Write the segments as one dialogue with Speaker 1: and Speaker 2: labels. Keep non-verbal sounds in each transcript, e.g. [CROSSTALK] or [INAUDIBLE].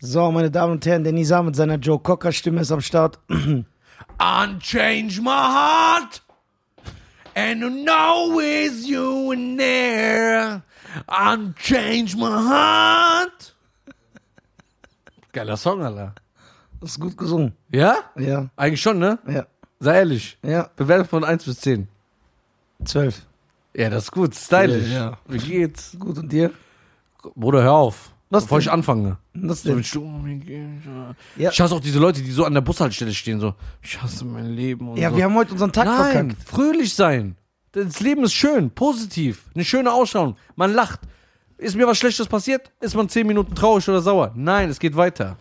Speaker 1: So, meine Damen und Herren, der Nisa mit seiner Joe Cocker Stimme ist am Start.
Speaker 2: Unchange my heart, and I'm always you in there. Unchange my heart. [LAUGHS] Geiler Song, Alter.
Speaker 1: Das ist gut gesungen.
Speaker 2: Ja?
Speaker 1: Ja,
Speaker 2: Eigentlich schon, ne?
Speaker 1: ja,
Speaker 2: Sei ehrlich.
Speaker 1: ja.
Speaker 2: Bewertung von 1 bis 10.
Speaker 1: Zwölf.
Speaker 2: Ja, das ist gut. Stylisch.
Speaker 1: Ja, ja.
Speaker 2: Wie geht's?
Speaker 1: Gut, und dir?
Speaker 2: Bruder, hör auf.
Speaker 1: Was
Speaker 2: bevor
Speaker 1: denn?
Speaker 2: ich anfange.
Speaker 1: Was
Speaker 2: So
Speaker 1: denn?
Speaker 2: mit Sturm.
Speaker 1: Ja.
Speaker 2: Ich hasse auch diese Leute, die so an der Bushaltestelle stehen, so, ich hasse mein Leben und
Speaker 1: Ja,
Speaker 2: so.
Speaker 1: wir haben heute unseren Tag
Speaker 2: Nein,
Speaker 1: verkackt.
Speaker 2: fröhlich sein. Das Leben ist schön, positiv, eine schöne Ausschauung. Man lacht. Ist mir was Schlechtes passiert? Ist man zehn Minuten traurig oder sauer? Nein, es geht weiter.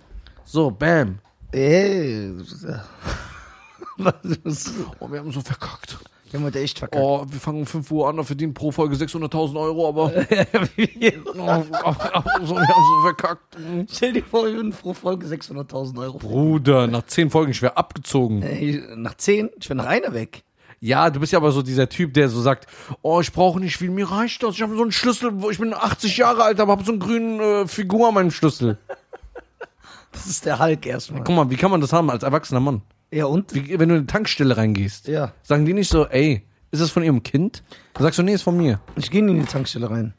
Speaker 2: So, bam.
Speaker 1: Ey. Was?
Speaker 2: Oh, wir haben so verkackt.
Speaker 1: Wir haben heute echt [LAUGHS] verkackt.
Speaker 2: Oh, wir fangen um 5 Uhr an und verdienen pro Folge 600.000 Euro, aber [LAUGHS]
Speaker 1: Stell
Speaker 2: oh, so, wir haben so verkackt.
Speaker 1: dir vor, wir würden pro Folge 600.000 Euro.
Speaker 2: Bruder, nach 10 Folgen schwer abgezogen.
Speaker 1: Ey, nach zehn, ich bin nach einer weg.
Speaker 2: Äh, Ja, du bist ja aber so dieser Typ, der so sagt, oh, ich brauche nicht viel, mir reicht das. Ich habe so einen Schlüssel, wo ich bin 80 Jahre alt, aber habe so einen grünen äh, Figur an meinem Schlüssel.
Speaker 1: Das ist der Hulk erstmal.
Speaker 2: Guck mal, wie kann man das haben als erwachsener Mann?
Speaker 1: Ja, und?
Speaker 2: Wie, wenn du in eine Tankstelle reingehst,
Speaker 1: Ja.
Speaker 2: sagen die nicht so, ey, ist das von ihrem Kind? Dann sagst du, nee, ist von mir.
Speaker 1: Ich gehe in die Tankstelle rein.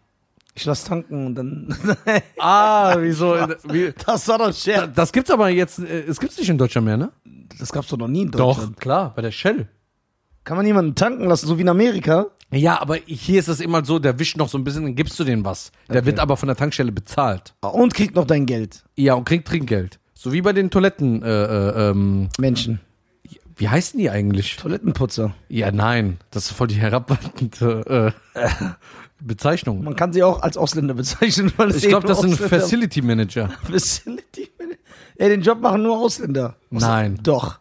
Speaker 1: Ich lass tanken und dann. [LAUGHS]
Speaker 2: [LAUGHS] Ah, wieso? Wie,
Speaker 1: das war doch ein Scherz.
Speaker 2: das gibt's aber jetzt, äh, es gibt's nicht in Deutschland mehr, ne?
Speaker 1: Das gab's doch noch nie in Deutschland.
Speaker 2: klar, bei der Shell.
Speaker 1: Kann man jemanden tanken lassen, so wie in Amerika?
Speaker 2: Ja, aber hier ist es immer so, der wischt noch so ein bisschen, dann gibst du denen was. Der wird aber von der Tankstelle bezahlt.
Speaker 1: Und kriegt noch dein Geld.
Speaker 2: Ja, und kriegt Trinkgeld. So wie bei den Toiletten, äh, äh, ähm,
Speaker 1: Menschen.
Speaker 2: wie heißen die eigentlich?
Speaker 1: Toilettenputzer.
Speaker 2: Ja, nein, das ist voll die herabwandende äh, [LAUGHS] Bezeichnung.
Speaker 1: Man kann sie auch als Ausländer bezeichnen, weil es
Speaker 2: Ich glaube, das sind
Speaker 1: Ausländer-
Speaker 2: Facility Manager.
Speaker 1: [LAUGHS] Facility Manager. Ey, den Job machen nur Ausländer. Was-
Speaker 2: Nein.
Speaker 1: Doch.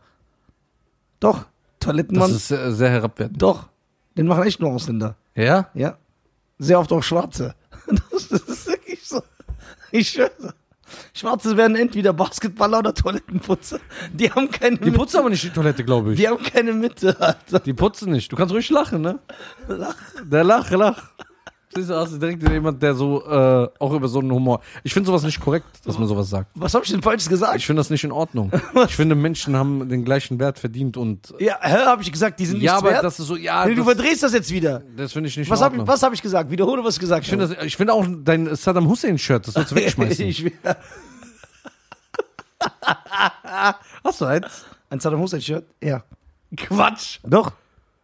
Speaker 1: Doch.
Speaker 2: Das
Speaker 1: Toilettenmann.
Speaker 2: ist äh, sehr herabwertend.
Speaker 1: doch. Den machen echt nur Ausländer.
Speaker 2: Ja?
Speaker 1: Ja. Sehr oft auch Schwarze. [LAUGHS] Das ist wirklich so. Ich schwöre. Schwarze werden entweder Basketballer oder Toilettenputzer. Die haben keine
Speaker 2: Die
Speaker 1: Mitte.
Speaker 2: putzen aber nicht die Toilette, glaube ich.
Speaker 1: Die haben keine Mitte, Alter.
Speaker 2: Die putzen nicht. Du kannst ruhig lachen, ne?
Speaker 1: Lach.
Speaker 2: Der lach, lach. Siehst du, hast du direkt jemand, der so äh, auch über so einen Humor. Ich finde sowas nicht korrekt, dass man sowas sagt.
Speaker 1: Was habe ich denn falsch gesagt?
Speaker 2: Ich finde das nicht
Speaker 1: [LAUGHS]
Speaker 2: in Ordnung. Ich finde, Menschen haben den gleichen Wert verdient und. äh,
Speaker 1: Ja, hä, habe ich gesagt, die sind
Speaker 2: Ja,
Speaker 1: nichts
Speaker 2: aber
Speaker 1: wert?
Speaker 2: das ist so, ja,
Speaker 1: nee, du
Speaker 2: das,
Speaker 1: verdrehst das jetzt wieder.
Speaker 2: das finde ich nicht
Speaker 1: Was
Speaker 2: Also in
Speaker 1: habe ich,
Speaker 2: Ordnung.
Speaker 1: was hab ich gesagt? Wiederhole, was ich gesagt
Speaker 2: Ich finde das- ich finde auch dein Saddam Hussein-Shirt, das sollst du
Speaker 1: [LAUGHS]
Speaker 2: wegschmeißen.
Speaker 1: ich,
Speaker 2: [LAUGHS] Hast du eins?
Speaker 1: Ein Saddam Hussein-Shirt? Ja.
Speaker 2: Quatsch!
Speaker 1: Doch?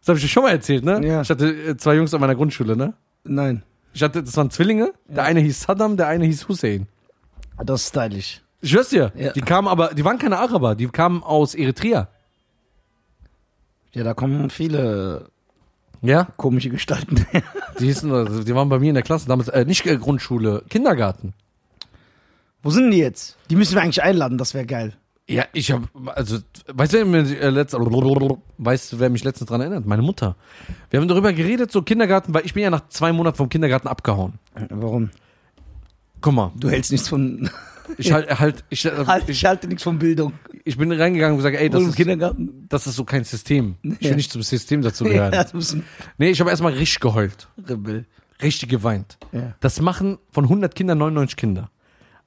Speaker 2: Das habe ich dir schon mal erzählt, ne?
Speaker 1: Ja.
Speaker 2: Ich hatte äh, zwei Jungs an meiner Grundschule, ne?
Speaker 1: Nein.
Speaker 2: Ich hatte, das waren Zwillinge. Der eine hieß Saddam, der eine hieß Hussein.
Speaker 1: Das ist stylisch.
Speaker 2: Ich schwör's dir,
Speaker 1: Ja.
Speaker 2: die kamen aber, die waren keine Araber, die kamen aus Eritrea.
Speaker 1: Ja, da kommen viele
Speaker 2: Ja?
Speaker 1: komische Gestalten [LAUGHS] her.
Speaker 2: Die, hießen, also, die waren bei mir in der Klasse damals, äh, nicht äh, Grundschule, Kindergarten.
Speaker 1: Wo sind die jetzt? Die müssen wir eigentlich einladen, das wäre geil.
Speaker 2: Ja, ich habe, also, weißt du, wer mich, äh, letzt, weißt, du, wer mich letztens dran erinnert? Meine Mutter. Wir haben darüber geredet, so Kindergarten, weil ich bin ja nach zwei Monaten vom Kindergarten abgehauen.
Speaker 1: Warum?
Speaker 2: Guck mal,
Speaker 1: Du hältst nichts von. [LAUGHS]
Speaker 2: ich halt, halt ich, äh,
Speaker 1: Halt,
Speaker 2: ich,
Speaker 1: ich halte nichts von Bildung.
Speaker 2: ich bin reingegangen und gesagt, ey, das
Speaker 1: Oder im
Speaker 2: ist,
Speaker 1: Kindergarten.
Speaker 2: das ist so kein System. Ich will
Speaker 1: Ja.
Speaker 2: nicht zum System dazu gehören.
Speaker 1: [LAUGHS] Ja, du bist ein
Speaker 2: Nee, ich habe erstmal richtig geheult.
Speaker 1: Rebell.
Speaker 2: richtig geweint.
Speaker 1: Ja.
Speaker 2: Das machen von 100 Kindern 99 Kinder.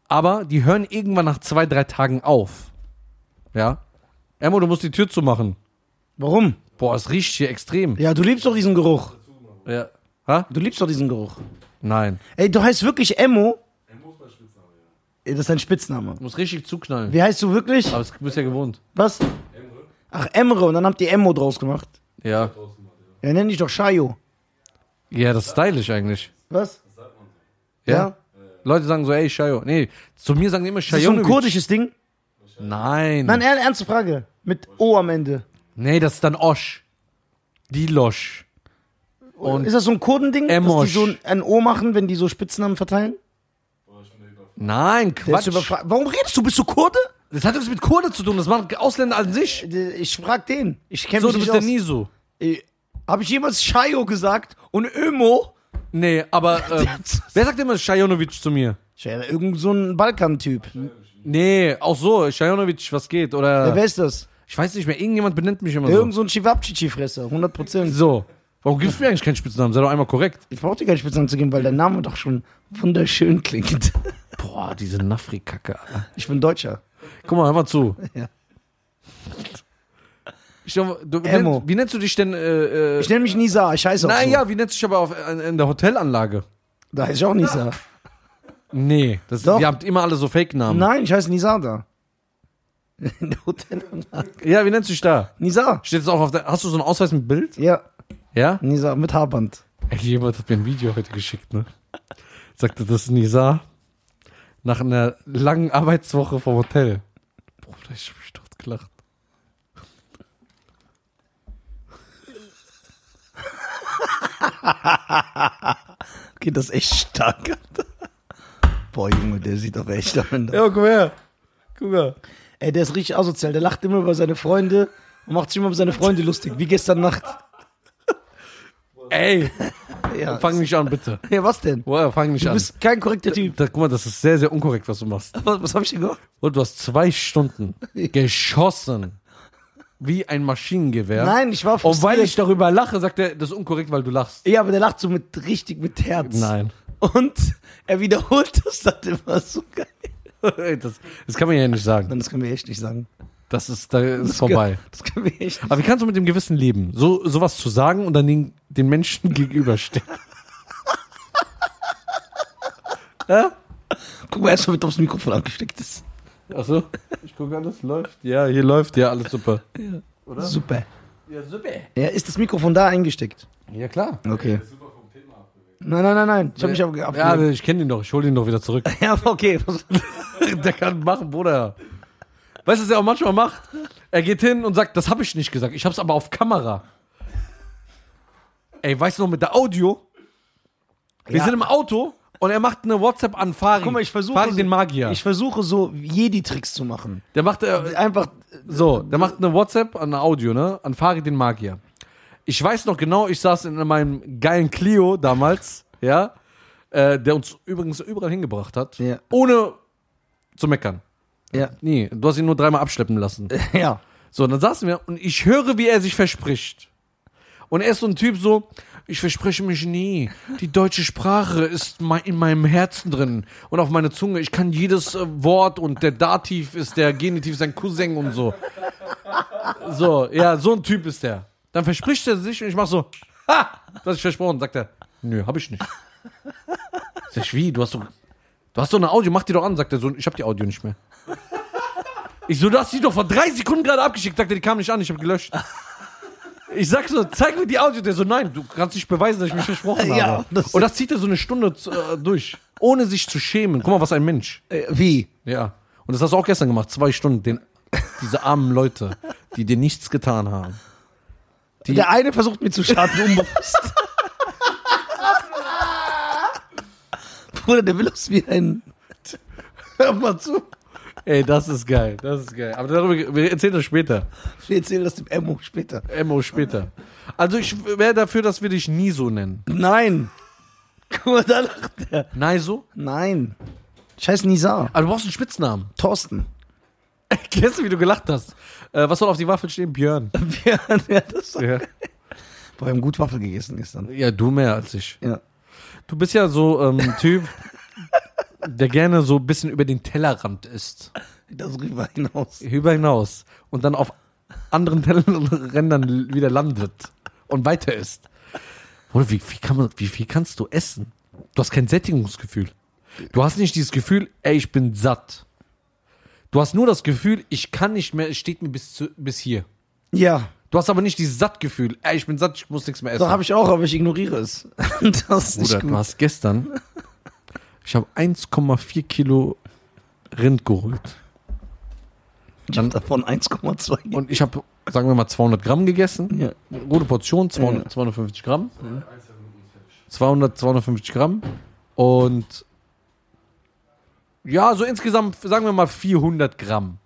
Speaker 2: Aber die hören irgendwann nach zwei, drei Tagen auf. Ja? Emmo, du musst die Tür zumachen.
Speaker 1: Warum?
Speaker 2: Boah, es riecht hier extrem.
Speaker 1: Ja, du liebst doch diesen Geruch.
Speaker 2: Ja. Ha?
Speaker 1: Du liebst doch diesen Geruch.
Speaker 2: Nein.
Speaker 1: Ey, du heißt wirklich Emo. Ey, Das ist dein Spitzname.
Speaker 2: Du musst richtig zuknallen.
Speaker 1: Wie heißt du wirklich?
Speaker 2: Aber es- du bist ja gewohnt.
Speaker 1: Was? Ach, Emre. Und dann habt ihr Emo draus gemacht.
Speaker 2: Ja.
Speaker 1: Ja, nenn dich doch Shayo.
Speaker 2: Ja, das ist stylisch eigentlich.
Speaker 1: Was?
Speaker 2: Ja.
Speaker 1: Ja.
Speaker 2: Leute sagen so, ey, Shayo. Nee, zu mir sagen die immer
Speaker 1: Ist das so ein
Speaker 2: Shayo.
Speaker 1: kurdisches Ding?
Speaker 2: Nein.
Speaker 1: Nein, er- ernste Frage. Mit O am Ende.
Speaker 2: Nee, das ist dann Osh. Die Losch. Und
Speaker 1: ist das so ein Kurdending, dass die
Speaker 2: Emosch.
Speaker 1: so ein- ein O machen, wenn die so Spitznamen verteilen?
Speaker 2: nein,
Speaker 1: Der ist
Speaker 2: Quatsch.
Speaker 1: überfra- Warum redest du? Bist du Kurde?
Speaker 2: Das hat nichts mit Kurde zu tun. Das machen Ausländer an sich.
Speaker 1: Ich frag den. Äh, Ich kenne
Speaker 2: So,
Speaker 1: mich
Speaker 2: du
Speaker 1: nicht
Speaker 2: bist ja nie so.
Speaker 1: aus. Habe ich jemals Shayo gesagt und Ömo?
Speaker 2: Nee, aber
Speaker 1: [LAUGHS]
Speaker 2: ähm, wer sagt immer Schajonovic zu mir?
Speaker 1: Ja, irgend so ein Balkan-Typ.
Speaker 2: Nee, auch so, Schajonovic, was geht?
Speaker 1: Ja,
Speaker 2: Oder
Speaker 1: wer ist das? Also.
Speaker 2: ich weiß nicht mehr, irgendjemand benennt mich immer
Speaker 1: Irgend so
Speaker 2: so.
Speaker 1: ein Chivapchichi-Fresser, 100%.
Speaker 2: So, Warum gibst du mir eigentlich keinen Spitznamen? Sei doch einmal korrekt.
Speaker 1: Ich brauche dir keinen Spitznamen zu geben, weil der Name doch schon wunderschön klingt. [LAUGHS]
Speaker 2: Boah, diese Nafri-Kacke, Alter.
Speaker 1: Ich bin Deutscher.
Speaker 2: Guck mal, hör mal zu.
Speaker 1: [LAUGHS] Ja.
Speaker 2: Ich glaube, du, wie,
Speaker 1: Emo.
Speaker 2: nenn, wie nennst du dich denn? Äh, äh,
Speaker 1: Ich nenne mich Nisa, ich heiße auch so.
Speaker 2: naja, wie nennst du dich aber auf, in, in der Hotelanlage?
Speaker 1: Da heiße ich auch Nisa.
Speaker 2: Nee, das,
Speaker 1: Doch.
Speaker 2: ihr habt immer alle so Fake-Namen.
Speaker 1: Nein, ich heiße Nisa [LAUGHS] da. In der Hotelanlage.
Speaker 2: Ja, wie nennst du dich da?
Speaker 1: Nisa.
Speaker 2: Steht es auch auf der. Hast du so einen Ausweis mit Bild?
Speaker 1: Ja,
Speaker 2: Ja?
Speaker 1: Nisa mit Haarband.
Speaker 2: Ey, jemand hat mir ein Video heute geschickt, ne? Sagte, das ist Nisa. Nach einer langen Arbeitswoche vom Hotel. Bruder, ich hab mich tot gelacht.
Speaker 1: Okay, das ist echt stark. [LAUGHS] Alter. Boah, Junge, der sieht doch echt an.
Speaker 2: Ja, guck mal her. Guck mal.
Speaker 1: Ey, der ist richtig asozial. Der lacht immer über seine Freunde und macht sich immer über seine Freunde lustig. Wie gestern Nacht.
Speaker 2: Ey,
Speaker 1: Ja,
Speaker 2: fang nicht an, bitte.
Speaker 1: ja was denn?
Speaker 2: Boah, fang nicht
Speaker 1: Du
Speaker 2: an.
Speaker 1: bist kein korrekter Typ.
Speaker 2: Da, guck mal, das ist sehr, sehr unkorrekt, was du machst.
Speaker 1: Was, was habe ich denn gemacht?
Speaker 2: Und du hast zwei Stunden geschossen. Wie ein Maschinengewehr.
Speaker 1: Nein, Oh, ich war
Speaker 2: Und weil
Speaker 1: frustriert.
Speaker 2: ich darüber lache, sagt er, das ist unkorrekt, weil du lachst.
Speaker 1: ja, aber der lacht so mit richtig mit Herz.
Speaker 2: Nein. [LAUGHS]
Speaker 1: Und er wiederholt das dann immer so geil.
Speaker 2: Das, das kann man ja nicht sagen.
Speaker 1: Nein, das können wir echt nicht sagen.
Speaker 2: Das ist, da ist vorbei.
Speaker 1: Das können wir echt nicht.
Speaker 2: Aber wie kannst du mit dem Gewissen leben? So sowas zu sagen und dann den, den Menschen [LAUGHS] gegenüberstehen.
Speaker 1: Guck mal erstmal, ob das Mikrofon angesteckt ist.
Speaker 2: Achso, ich gucke, alles läuft. Ja, hier läuft ja alles super.
Speaker 1: Super.
Speaker 2: Ja, super.
Speaker 1: Ja, ist das Mikrofon da eingesteckt?
Speaker 2: Ja, klar.
Speaker 1: Okay. Nein, nein, nein, nein. Ich habe mich abge
Speaker 2: Ja,
Speaker 1: abgelenkt. [LAUGHS]
Speaker 2: aber ich kenne ihn doch, ich hole ihn doch wieder zurück.
Speaker 1: Ja, aber okay. Was-
Speaker 2: Der kann machen, Bruder. Weißt du, was er auch manchmal macht? Er geht hin und sagt, das habe ich nicht gesagt, ich habe es aber auf Kamera. Ey, weißt du noch mit der Audio? Wir
Speaker 1: Ja.
Speaker 2: sind im Auto und er macht eine WhatsApp an Fari.
Speaker 1: Guck mal, ich versuche
Speaker 2: Fari
Speaker 1: so-
Speaker 2: den Magier.
Speaker 1: Ich versuche so Jedi-Tricks zu machen.
Speaker 2: der macht äh,
Speaker 1: Einfach.
Speaker 2: So, der macht eine WhatsApp an eine Audio, ne? An Farid den Magier. Ich weiß noch genau, ich saß in meinem geilen Clio damals, [LAUGHS] ja, äh, der uns übrigens überall hingebracht hat,
Speaker 1: Ja.
Speaker 2: ohne zu meckern.
Speaker 1: Ja. [LAUGHS]
Speaker 2: Nee, du hast ihn nur dreimal abschleppen lassen.
Speaker 1: Ja.
Speaker 2: So, und dann saßen wir und ich höre, wie er sich verspricht. Und er ist so ein Typ so, ich verspreche mich nie. Die deutsche Sprache ist mei- in meinem Herzen drin und auf meiner Zunge. Ich kann jedes äh, Wort und der Dativ ist der Genitiv sein Cousin und so. So, ja, so ein Typ ist der. Dann verspricht er sich und ich mach so, ha, das ist versprochen. Sagt er, nö, hab ich nicht. Sag ich, wie, du hast doch, du hast doch eine Audio, mach die doch an. Sagt er so, ich hab die Audio nicht mehr. Ich so, du hast die doch vor drei Sekunden gerade abgeschickt. Sagt er, die kam nicht an, ich habe gelöscht. Ich sag so, zeig mir die Audio. Der so, nein, du kannst nicht beweisen, dass ich mich versprochen habe.
Speaker 1: Ja, das-
Speaker 2: und das zieht er so eine Stunde zu- äh, durch, ohne sich zu schämen. Guck mal, was ein Mensch.
Speaker 1: Äh, Wie?
Speaker 2: Ja. Und das hast du auch gestern gemacht, zwei Stunden. Den, diese armen Leute, die dir nichts getan haben.
Speaker 1: Der eine versucht mir zu schaden, [LAUGHS] unbewusst. Bruder, der will uns wie ein.
Speaker 2: Hör mal zu. Ey, das ist geil, das ist geil. Aber darüber, wir erzählen das später.
Speaker 1: Wir erzählen das dem Emmo später.
Speaker 2: Emo später. Also ich wäre dafür, dass wir dich nie so nennen.
Speaker 1: Nein. Guck mal, da lacht er.
Speaker 2: Nein, so?
Speaker 1: Nein. Ich heiße Nisa.
Speaker 2: Aber du brauchst einen Spitznamen.
Speaker 1: Thorsten.
Speaker 2: Kennst du, wie du gelacht hast? Äh, was soll auf die Waffel stehen? Björn.
Speaker 1: Ja, ja, das war...
Speaker 2: Ja.
Speaker 1: Boah, wir haben gut Waffel gegessen gestern.
Speaker 2: ja, du mehr als ich.
Speaker 1: Ja.
Speaker 2: Du bist ja so ähm, ein Typ, der gerne so ein bisschen über den Tellerrand isst.
Speaker 1: Das rüber hinaus.
Speaker 2: Über hinaus. Und dann auf anderen [LAUGHS] Tellerrändern wieder landet. Und weiter isst. Bruder, wie, wie, kann man, wie viel kannst du essen? Du hast kein Sättigungsgefühl. Du hast nicht dieses Gefühl, ey, ich bin satt. Du hast nur das Gefühl, ich kann nicht mehr, es steht mir bis, zu, bis hier.
Speaker 1: Ja,
Speaker 2: Du hast aber nicht dieses Sattgefühl, ey, ich bin satt, ich muss nichts mehr essen.
Speaker 1: so habe ich auch, aber ich ignoriere es. [LAUGHS] Das ist
Speaker 2: Bruder,
Speaker 1: nicht
Speaker 2: du
Speaker 1: gut.
Speaker 2: hast gestern, ich habe 1,4 Kilo Rind geholt.
Speaker 1: Ich habe davon 1,2. gegeben.
Speaker 2: Und ich habe, sagen wir mal, 200 Gramm gegessen.
Speaker 1: Ja.
Speaker 2: Gute Portion, 200, 250 Gramm. 200, 250 Gramm. Und ja, so insgesamt, sagen wir mal, 400 Gramm.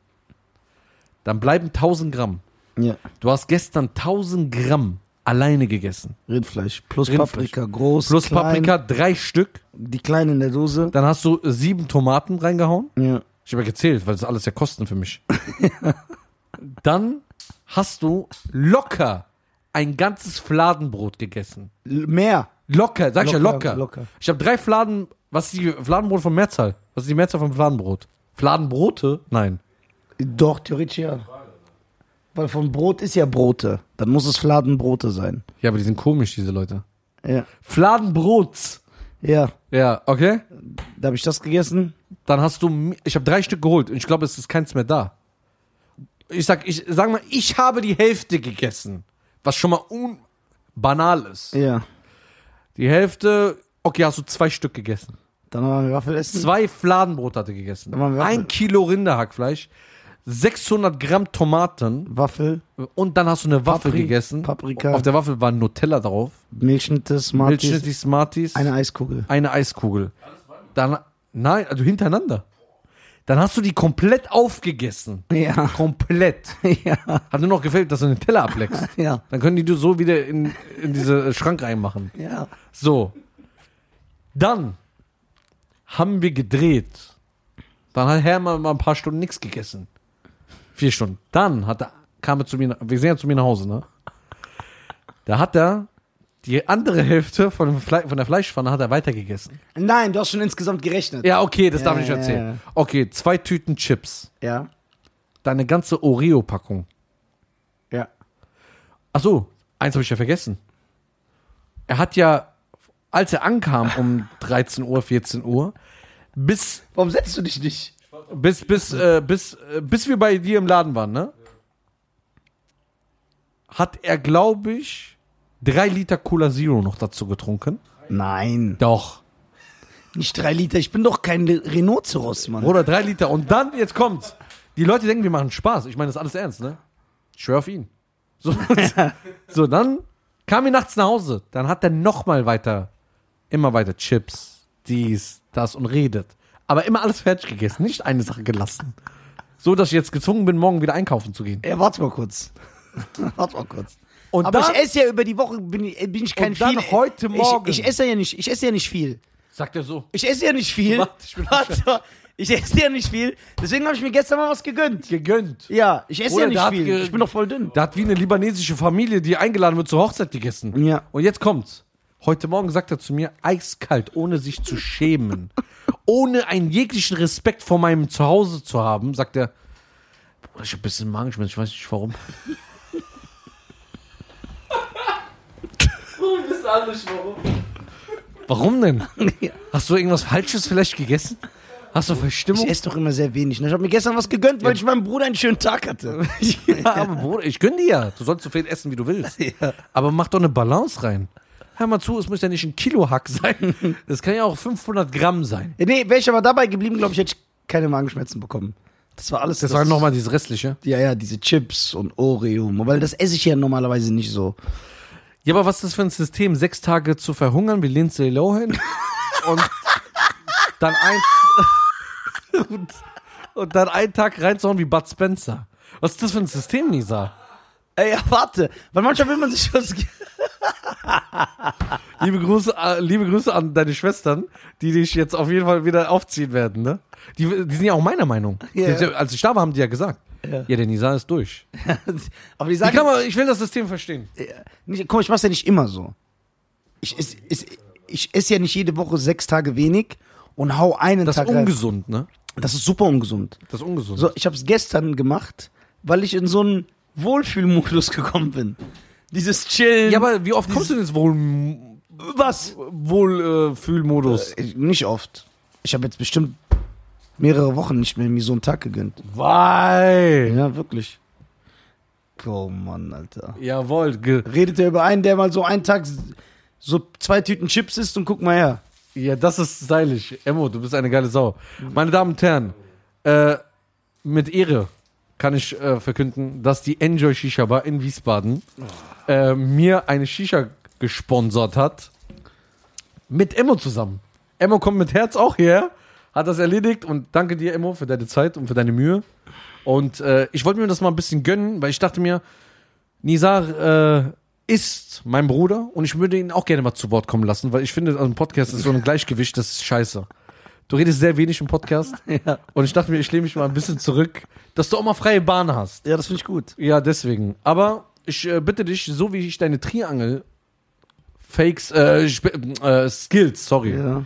Speaker 2: Dann bleiben 1000 Gramm.
Speaker 1: ja,
Speaker 2: Du hast gestern 1000 Gramm alleine gegessen.
Speaker 1: Rindfleisch plus
Speaker 2: Rindfleisch.
Speaker 1: Paprika groß,
Speaker 2: Plus
Speaker 1: klein,
Speaker 2: Paprika, drei Stück.
Speaker 1: die kleinen in der Dose.
Speaker 2: Dann hast du äh, sieben Tomaten reingehauen.
Speaker 1: Ja.
Speaker 2: Ich habe ja gezählt, weil das
Speaker 1: [LAUGHS]
Speaker 2: alles ja Kosten für mich. Dann hast du locker ein ganzes Fladenbrot gegessen.
Speaker 1: L- Mehr.
Speaker 2: Locker, sag ich ja
Speaker 1: Locker,
Speaker 2: locker.
Speaker 1: locker.
Speaker 2: Ich habe drei Fladen. Was ist die Fladenbrot von Mehrzahl? Was ist die Mehrzahl von Fladenbrot? Fladenbrote? Nein.
Speaker 1: Doch, theoretisch ja. Weil von Brot ist ja Brote. Dann muss es Fladenbrote sein.
Speaker 2: Ja, aber die sind komisch, diese Leute.
Speaker 1: Ja.
Speaker 2: Fladenbrots.
Speaker 1: Ja.
Speaker 2: Ja, okay.
Speaker 1: Da habe ich das gegessen.
Speaker 2: Dann hast du. mi- Ich habe drei Stück geholt und ich glaube, es ist keins mehr da. Ich sag, ich sag mal, ich habe die Hälfte gegessen. Was schon mal unbanal ist.
Speaker 1: Ja.
Speaker 2: Die Hälfte. Okay, hast du zwei Stück gegessen.
Speaker 1: Dann haben wir Waffel essen.
Speaker 2: Zwei Fladenbrot hatte gegessen.
Speaker 1: Aber wir-
Speaker 2: Ein Kilo Rinderhackfleisch. 600 Gramm Tomaten.
Speaker 1: Waffel,
Speaker 2: Und dann hast du eine Waffel
Speaker 1: Papri-
Speaker 2: gegessen.
Speaker 1: Paprika.
Speaker 2: Auf der Waffel war Nutella drauf.
Speaker 1: Milchschnitte, Smarties,
Speaker 2: Milchschnittig Smarties.
Speaker 1: eine
Speaker 2: Eine,
Speaker 1: Eiskugel. [LAUGHS]
Speaker 2: Eiskugel. Dann, nein, also hintereinander. Dann hast du die komplett aufgegessen.
Speaker 1: Ja.
Speaker 2: Komplett.
Speaker 1: ja.
Speaker 2: Hat nur noch gefällt, dass du den
Speaker 1: [LAUGHS]
Speaker 2: Teller ableckst.
Speaker 1: Ja.
Speaker 2: Dann können die du so wieder in, in diese Schrank reinmachen.
Speaker 1: Ja.
Speaker 2: So. Dann haben wir gedreht. Dann hat Hermann mal ein paar Stunden nichts gegessen. Vier Stunden. Dann hat er, kam er zu mir, nach- wir sind ja zu mir nach Hause, ne? Da hat er die andere Hälfte von, dem Fle von der Fleischpfanne hat er weitergegessen.
Speaker 1: Nein, du hast schon insgesamt gerechnet.
Speaker 2: Ja, okay, das
Speaker 1: Ja,
Speaker 2: darf ich nicht
Speaker 1: ja,
Speaker 2: erzählen.
Speaker 1: ja.
Speaker 2: Okay, zwei Tüten Chips.
Speaker 1: Ja.
Speaker 2: Deine ganze Oreo-Packung.
Speaker 1: Ja.
Speaker 2: Ach so, eins habe ich ja vergessen. Er hat ja, als er ankam um 13 Uhr, 14 Uhr, bis
Speaker 1: Warum setzt du dich nicht?
Speaker 2: Bis, bis,
Speaker 1: Also-
Speaker 2: äh, bis, äh, bis wir bei dir im Laden waren, ne? Hat er, glaube ich, drei Liter Cola Zero noch dazu getrunken?
Speaker 1: Nein.
Speaker 2: Doch.
Speaker 1: Nicht drei Liter. Ich bin doch kein Le- Rhinoceros, Mann.
Speaker 2: Oder drei Liter. Und dann, jetzt kommt's. Die Leute denken, wir machen Spaß. Ich meine, das ist alles ernst, ne? Ich schwör auf ihn.
Speaker 1: [LAUGHS]
Speaker 2: So, so dann kam er nachts nach Hause. Dann hat er nochmal weiter, immer weiter Chips, dies, das und redet. Aber immer alles fertig gegessen, nicht eine Sache gelassen. So, dass ich jetzt gezwungen bin, morgen wieder einkaufen zu gehen.
Speaker 1: Ja, warte mal kurz. [LAUGHS] warte mal kurz.
Speaker 2: Und
Speaker 1: Aber
Speaker 2: dann
Speaker 1: ich esse ja über die Woche, bin, ich- bin ich kein
Speaker 2: Und dann
Speaker 1: viel.
Speaker 2: heute Morgen.
Speaker 1: Ich, ich esse ja nicht, ich esse ja nicht viel.
Speaker 2: sagt er so
Speaker 1: Ich esse ja nicht viel.
Speaker 2: Warte,
Speaker 1: [LAUGHS]
Speaker 2: ich bin
Speaker 1: Warte. Ich esse ja nicht viel. Deswegen habe ich mir gestern mal was gegönnt.
Speaker 2: gegönnt.
Speaker 1: Ja, ich esse
Speaker 2: Oder der
Speaker 1: ja
Speaker 2: hat
Speaker 1: nicht viel.
Speaker 2: ge-
Speaker 1: Ich bin doch voll dünn.
Speaker 2: Da hat wie eine libanesische Familie, die eingeladen wird zur Hochzeit gegessen.
Speaker 1: Ja.
Speaker 2: Und jetzt kommt's. Heute Morgen sagt er zu mir eiskalt, ohne sich
Speaker 1: [LAUGHS]
Speaker 2: zu schämen, ohne einen jeglichen Respekt vor meinem Zuhause zu haben, sagt er, Bruder, ich hab ein bisschen Magenschmerzen, ich weiß nicht warum.
Speaker 3: Du bist alles warum.
Speaker 2: Warum denn?
Speaker 1: [LAUGHS] Ja.
Speaker 2: Hast du irgendwas Falsches vielleicht gegessen? Hast du Verstimmung?
Speaker 1: Ich esse doch immer sehr wenig. Ne? Ich habe mir gestern was gegönnt, weil ich meinem Bruder einen schönen Tag
Speaker 2: [LAUGHS]
Speaker 1: hatte.
Speaker 2: Ja, aber Bruder, ich gönn dir ja. Du sollst so viel essen, wie du willst. Aber mach doch eine Balance rein. Hör mal zu, es muss ja nicht ein Kilo Hack [LAUGHS] sein. Das kann ja auch 500 Gramm sein.
Speaker 1: Ja, nee, wäre ich aber dabei geblieben, glaube ich, hätte ich keine Magenschmerzen bekommen. Das war alles.
Speaker 2: Das war nochmal dieses restliche.
Speaker 1: Ja, ja, diese Chips und Oreo. Weil das esse ich ja normalerweise nicht so.
Speaker 2: Ja, aber was ist das für ein System? Sechs Tage zu verhungern wie Lindsay Lohan und dann ein [LAUGHS] und, und dann einen Tag reinzuhauen wie Bud Spencer. Was ist das für ein System, Nisa?
Speaker 1: Ey, ja, warte. Weil manchmal will man sich was.
Speaker 2: Liebe Grüße, äh, liebe Grüße an deine Schwestern, die dich jetzt auf jeden Fall wieder aufziehen werden, ne? Die, die sind ja auch meiner Meinung.
Speaker 1: Ja.
Speaker 2: Die- die- Als ich da war, haben die ja gesagt.
Speaker 1: Ja.
Speaker 2: Ja, der Nisa ist durch.
Speaker 1: [LAUGHS] aber die
Speaker 2: Wie
Speaker 1: sagen.
Speaker 2: kann man, ich will das System verstehen.
Speaker 1: Äh, nicht, guck mal, ich mach's ja nicht immer so. Ich esse ich, ich ess ja nicht jede Woche sechs Tage wenig und hau einen
Speaker 2: Das ist
Speaker 1: Tag rein.
Speaker 2: ungesund, ne?
Speaker 1: Das ist super ungesund.
Speaker 2: Das ist ungesund.
Speaker 1: So, ich habe es gestern gemacht, weil ich in so einen Wohlfühlmodus [LAUGHS] gekommen bin. Dieses Chillen.
Speaker 2: Ja, aber wie oft kommst du in das Wohl, äh,
Speaker 1: was? Äh,
Speaker 2: Wohlfühlmodus?
Speaker 1: Ich, nicht oft. Ich habe jetzt bestimmt mehrere Wochen nicht mehr mir so einen Tag gegönnt.
Speaker 2: Weil.
Speaker 1: Ja, wirklich. Oh Mann, Alter.
Speaker 2: Jawohl. Ge
Speaker 1: Redet er über einen, der mal so einen Tag so zwei Tüten Chips isst und guck mal her.
Speaker 2: ja, das ist stylisch. Emmo, du bist eine geile Sau. Meine Damen und Herren, äh, mit Ehre kann ich äh, verkünden, dass die Enjoy Shisha Bar in Wiesbaden äh, mir eine Shisha gesponsert hat. Mit Emmo zusammen. Emmo kommt mit Herz auch hierher, hat das erledigt und danke dir, Emmo, für deine Zeit und für deine Mühe. Und äh, ich wollte mir das mal ein bisschen gönnen, weil ich dachte mir, Nizar äh, ist mein Bruder und ich würde ihn auch gerne mal zu Wort kommen lassen, weil ich finde, also ein Podcast ist so ein Gleichgewicht, das ist scheiße. Du redest sehr wenig im Podcast und ich dachte mir, ich lehne mich mal ein bisschen zurück, dass du auch mal freie Bahn hast.
Speaker 1: Ja, das finde ich gut.
Speaker 2: Ja, deswegen. Aber ich ich äh, bitte dich, so wie ich deine Triangel Fakes, äh, Sp- äh, Skills, sorry,
Speaker 1: Ja.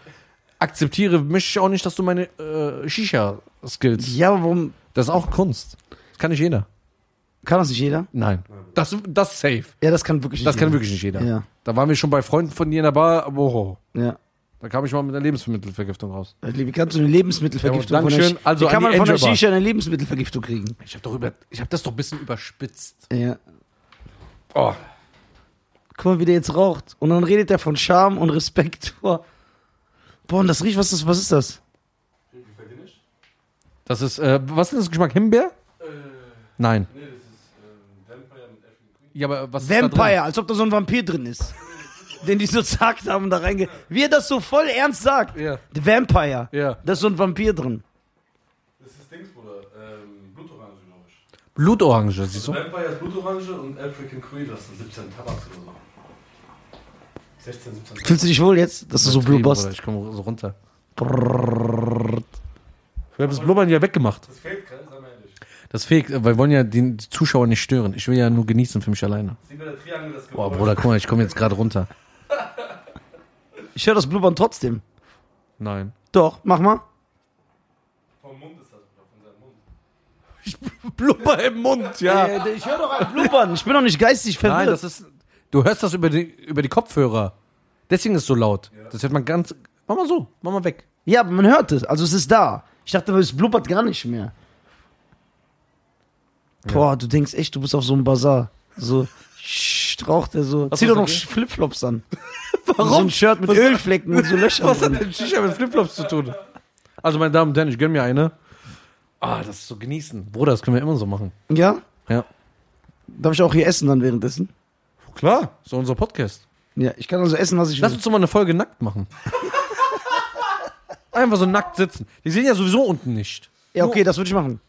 Speaker 2: akzeptiere, möchte ich auch nicht, dass du meine äh, Shisha-Skills.
Speaker 1: ja, aber warum
Speaker 2: Das ist auch Kunst. Das kann nicht jeder.
Speaker 1: kann das nicht jeder?
Speaker 2: Nein. Das, das safe.
Speaker 1: Ja, das kann wirklich nicht
Speaker 2: Das
Speaker 1: jeder.
Speaker 2: kann wirklich nicht jeder.
Speaker 1: Ja.
Speaker 2: Da waren wir schon bei Freunden von dir in der Bar. Boah,
Speaker 1: Ja.
Speaker 2: da kam ich mal mit einer Lebensmittelvergiftung raus.
Speaker 1: Wie kannst du eine Lebensmittelvergiftung
Speaker 2: Ja,
Speaker 1: von der
Speaker 2: Dankeschön.
Speaker 1: Sch-
Speaker 2: Also
Speaker 1: Wie kann
Speaker 2: an
Speaker 1: man
Speaker 2: die
Speaker 1: von der
Speaker 2: Angel Bar.
Speaker 1: Shisha eine Lebensmittelvergiftung kriegen?
Speaker 2: Ich habe doch über, ich habe das doch ein bisschen überspitzt.
Speaker 1: Ja.
Speaker 2: Oh.
Speaker 1: Guck mal, wie der jetzt raucht. Und dann redet er von Scham und Respekt vor. Boah, und das riecht, was ist, was ist das?
Speaker 2: Das ist, äh, was ist das Geschmack? Himbeer? Nein. ähm, Ja, aber was ist da drin?
Speaker 1: Vampire, als ob da so ein Vampir drin ist. [LAUGHS] den die so zagt haben da reinge. Wie er das so voll ernst sagt.
Speaker 2: Ja.
Speaker 1: The Vampire.
Speaker 2: Ja.
Speaker 1: Da ist so ein Vampir drin.
Speaker 3: Das ist Dings, Bruder. Ähm, Blutorange, glaube ich.
Speaker 2: Blutorange, siehst
Speaker 3: So?
Speaker 2: du?
Speaker 3: Vampire ist Blutorange und African Creed, das sind 17 Tabaks oder so. 16, 17 Tabaks.
Speaker 1: Fühlst du dich wohl jetzt, dass du so blubberst?
Speaker 2: Ich komme so runter. Wir haben das Blubbern ja weggemacht.
Speaker 3: Das fehlt gerade, sei mal ehrlich.
Speaker 2: Das fehlt, weil wir wollen ja den Zuschauer nicht stören. Ich will ja nur genießen für mich alleine.
Speaker 3: Sieh bei der Triangel das
Speaker 2: Boah,
Speaker 3: Geräusch.
Speaker 2: Bruder, guck mal, ich komme jetzt gerade runter.
Speaker 1: Ich höre das Blubbern trotzdem.
Speaker 2: Nein.
Speaker 1: Doch, mach mal.
Speaker 3: Vom Mund ist das, Bruder, von seinem Mund.
Speaker 2: Blubber im Mund, ja.
Speaker 1: Äh, ich höre doch ein Blubbern. Ich bin doch nicht geistig verwirrt.
Speaker 2: Nein, das ist. Du hörst das über die, über die Kopfhörer. Deswegen ist es so laut. Das hört man ganz. Mach mal so, mach mal weg.
Speaker 1: ja, aber man hört es. Also es ist da. Ich dachte, es blubbert gar nicht mehr. Boah, du denkst echt, du bist auf so einem Bazar. So, sch- raucht er so. Zieh doch
Speaker 2: was
Speaker 1: noch
Speaker 2: sagt
Speaker 1: Flipflops an. Warum? So ein Shirt mit Ölflecken und so Löchern
Speaker 2: Was hat
Speaker 1: drin.
Speaker 2: denn Shisha mit Flipflops zu tun? Also, meine Damen und Herren, ich gönn mir eine. Ah, das ist so genießen. Bruder, das können wir immer so machen.
Speaker 1: Ja?
Speaker 2: Ja.
Speaker 1: Darf ich auch hier essen dann währenddessen?
Speaker 2: Klar, so unser Podcast.
Speaker 1: Ja, ich kann also essen, was ich
Speaker 2: Lass
Speaker 1: will.
Speaker 2: uns doch mal eine Folge nackt [LAUGHS] machen. Einfach so nackt sitzen. Die sehen ja sowieso unten nicht.
Speaker 1: Ja, okay, das würde ich machen.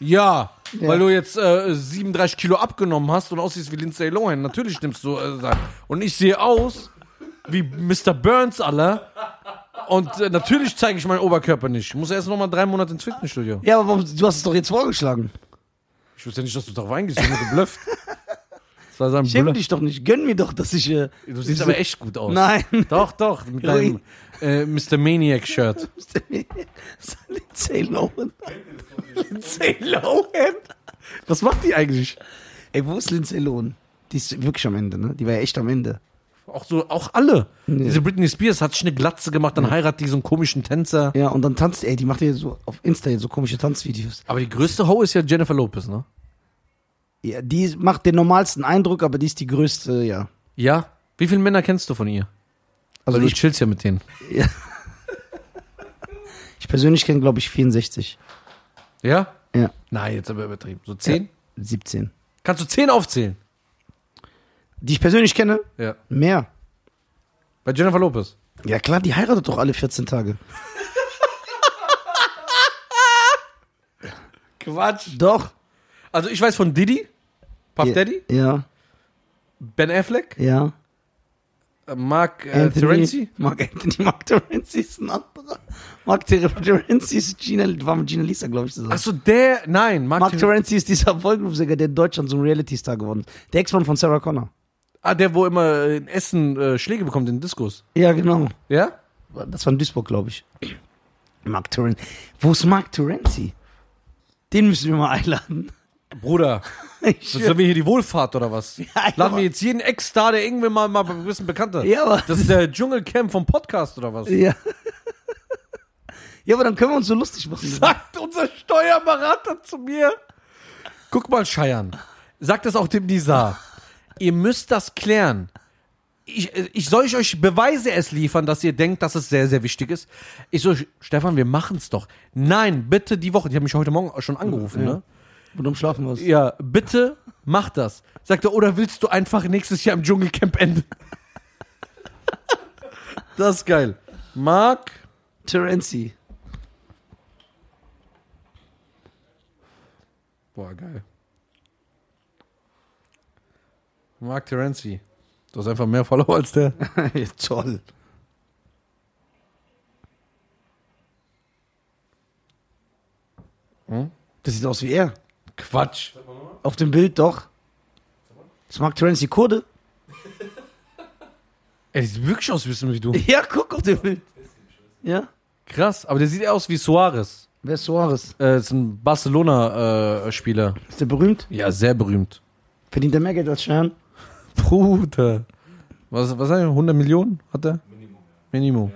Speaker 2: Ja, weil du jetzt äh, 37 Kilo abgenommen hast und aussiehst wie Lindsay Lohan. Natürlich nimmst du äh, Sachen. Und ich sehe aus wie Mr. Burns alle. Und äh, natürlich zeige ich meinen Oberkörper nicht. Ich muss erst noch mal drei Monate ins Fitnessstudio.
Speaker 1: Ja, aber warum, du hast es doch jetzt vorgeschlagen.
Speaker 2: Ich wusste ja nicht, dass du darauf eingehst. Ich bin geblufft. Das war sein
Speaker 1: Schäme
Speaker 2: Bluff.
Speaker 1: dich doch nicht. Gönn mir doch, dass ich. Äh,
Speaker 2: Du siehst aber echt gut aus.
Speaker 1: Nein.
Speaker 2: Doch, doch. Mit deinem äh, Mr. Maniac-Shirt.
Speaker 1: Lindsay Lohan.
Speaker 2: Lindsay Lohan? Was macht die eigentlich?
Speaker 1: Ey, wo ist Lindsay Lohan? Die ist wirklich am Ende, ne? Die war ja echt am Ende.
Speaker 2: Auch so, auch alle. Diese Britney Spears hat sich eine Glatze gemacht, dann heiratet die so einen komischen Tänzer.
Speaker 1: Ja, und dann tanzt, ey, die macht ja so auf Insta jetzt so komische Tanzvideos.
Speaker 2: Aber die größte Ho ist ja Jennifer Lopez, ne?
Speaker 1: Ja, die macht den normalsten Eindruck, aber die ist die größte, ja.
Speaker 2: Ja. Wie viele Männer kennst du von ihr?
Speaker 1: Also
Speaker 2: Weil du
Speaker 1: ich,
Speaker 2: chillst ja mit denen.
Speaker 1: ich persönlich kenne, glaube ich, 64.
Speaker 2: Ja?
Speaker 1: Ja,
Speaker 2: Nein, jetzt aber übertrieben. So zehn?
Speaker 1: 17.
Speaker 2: Kannst du zehn aufzählen?
Speaker 1: Die ich persönlich kenne?
Speaker 2: Ja.
Speaker 1: Mehr.
Speaker 2: Bei Jennifer Lopez.
Speaker 1: Ja klar, die heiratet doch alle 14 Tage.
Speaker 2: [LAUGHS] Quatsch.
Speaker 1: Doch.
Speaker 2: Also ich weiß von Diddy, Puff
Speaker 1: ja,
Speaker 2: Daddy,
Speaker 1: Ja,
Speaker 2: Ben Affleck,
Speaker 1: ja.
Speaker 2: äh, Mark äh, Terenzi.
Speaker 1: Mark Anthony, Mark Terenzi ist ein anderer. Mark Terenzi ist Gina, war mit Gina Lisa, glaube ich, zusammen.
Speaker 2: Achso, der, nein, Mark,
Speaker 1: Mark
Speaker 2: Ter-
Speaker 1: Terenzi ist dieser Vollgruppensänger, der in Deutschland zum Reality-Star geworden ist. Der Ex-Mann von Sarah Connor.
Speaker 2: Ah, der, wo immer in Essen äh, Schläge bekommt in Diskos.
Speaker 1: Ja, genau.
Speaker 2: Ja?
Speaker 1: Das war in Duisburg, glaube ich. Mark Terenzi. Wo ist Mark Terenzi? Den müssen wir mal einladen. [LAUGHS]
Speaker 2: Bruder,
Speaker 1: Ich
Speaker 2: das sind wir hier die Wohlfahrt oder [LAUGHS] was? Laden
Speaker 1: aber-
Speaker 2: wir jetzt jeden Ex-Star, der irgendwann mal, mal ein bisschen bekannter.
Speaker 1: Ja, aber-
Speaker 2: Das ist der Dschungelcamp vom Podcast oder was?
Speaker 1: ja. [LAUGHS] ja, aber dann können wir uns so lustig machen.
Speaker 2: [LAUGHS] sagt unser Steuerberater zu mir. Guck mal, Scheiern. Sagt es auch dem Nizar. Ihr müsst das klären. Ich, äh, ich soll ich euch Beweise es liefern, dass ihr denkt, dass es sehr, sehr wichtig ist. Ich so, Stefan, wir machen es doch. Nein, bitte die Woche. Die haben mich heute Morgen schon angerufen, ne?
Speaker 1: Und umschlafen was.
Speaker 2: Ja, bitte mach das. Sagt er, oder willst du einfach nächstes Jahr im Dschungelcamp enden? das ist geil. Marc,
Speaker 1: Terenzi.
Speaker 2: Boah, geil. Mark Terenzi. Du hast einfach mehr Follower als [LAUGHS] der.
Speaker 1: [LAUGHS] ja, toll. Das sieht aus wie er.
Speaker 2: Quatsch.
Speaker 1: Auf dem Bild doch. Ist Mark Terence die Kurde? [LAUGHS]
Speaker 2: Er sieht wirklich aus ein bisschen wie du.
Speaker 1: Ja, guck auf dem Bild. Ja?
Speaker 2: Krass, aber der sieht eher aus wie Suarez.
Speaker 1: Wer ist Suarez?
Speaker 2: Äh, ist ein Barcelona-Spieler.
Speaker 1: Ist der berühmt?
Speaker 2: ja, sehr berühmt.
Speaker 1: Verdient er mehr Geld als Stern?
Speaker 2: Bruder. Was, was hat er? 100 Millionen hat er?
Speaker 3: Minimum.
Speaker 2: Minimum.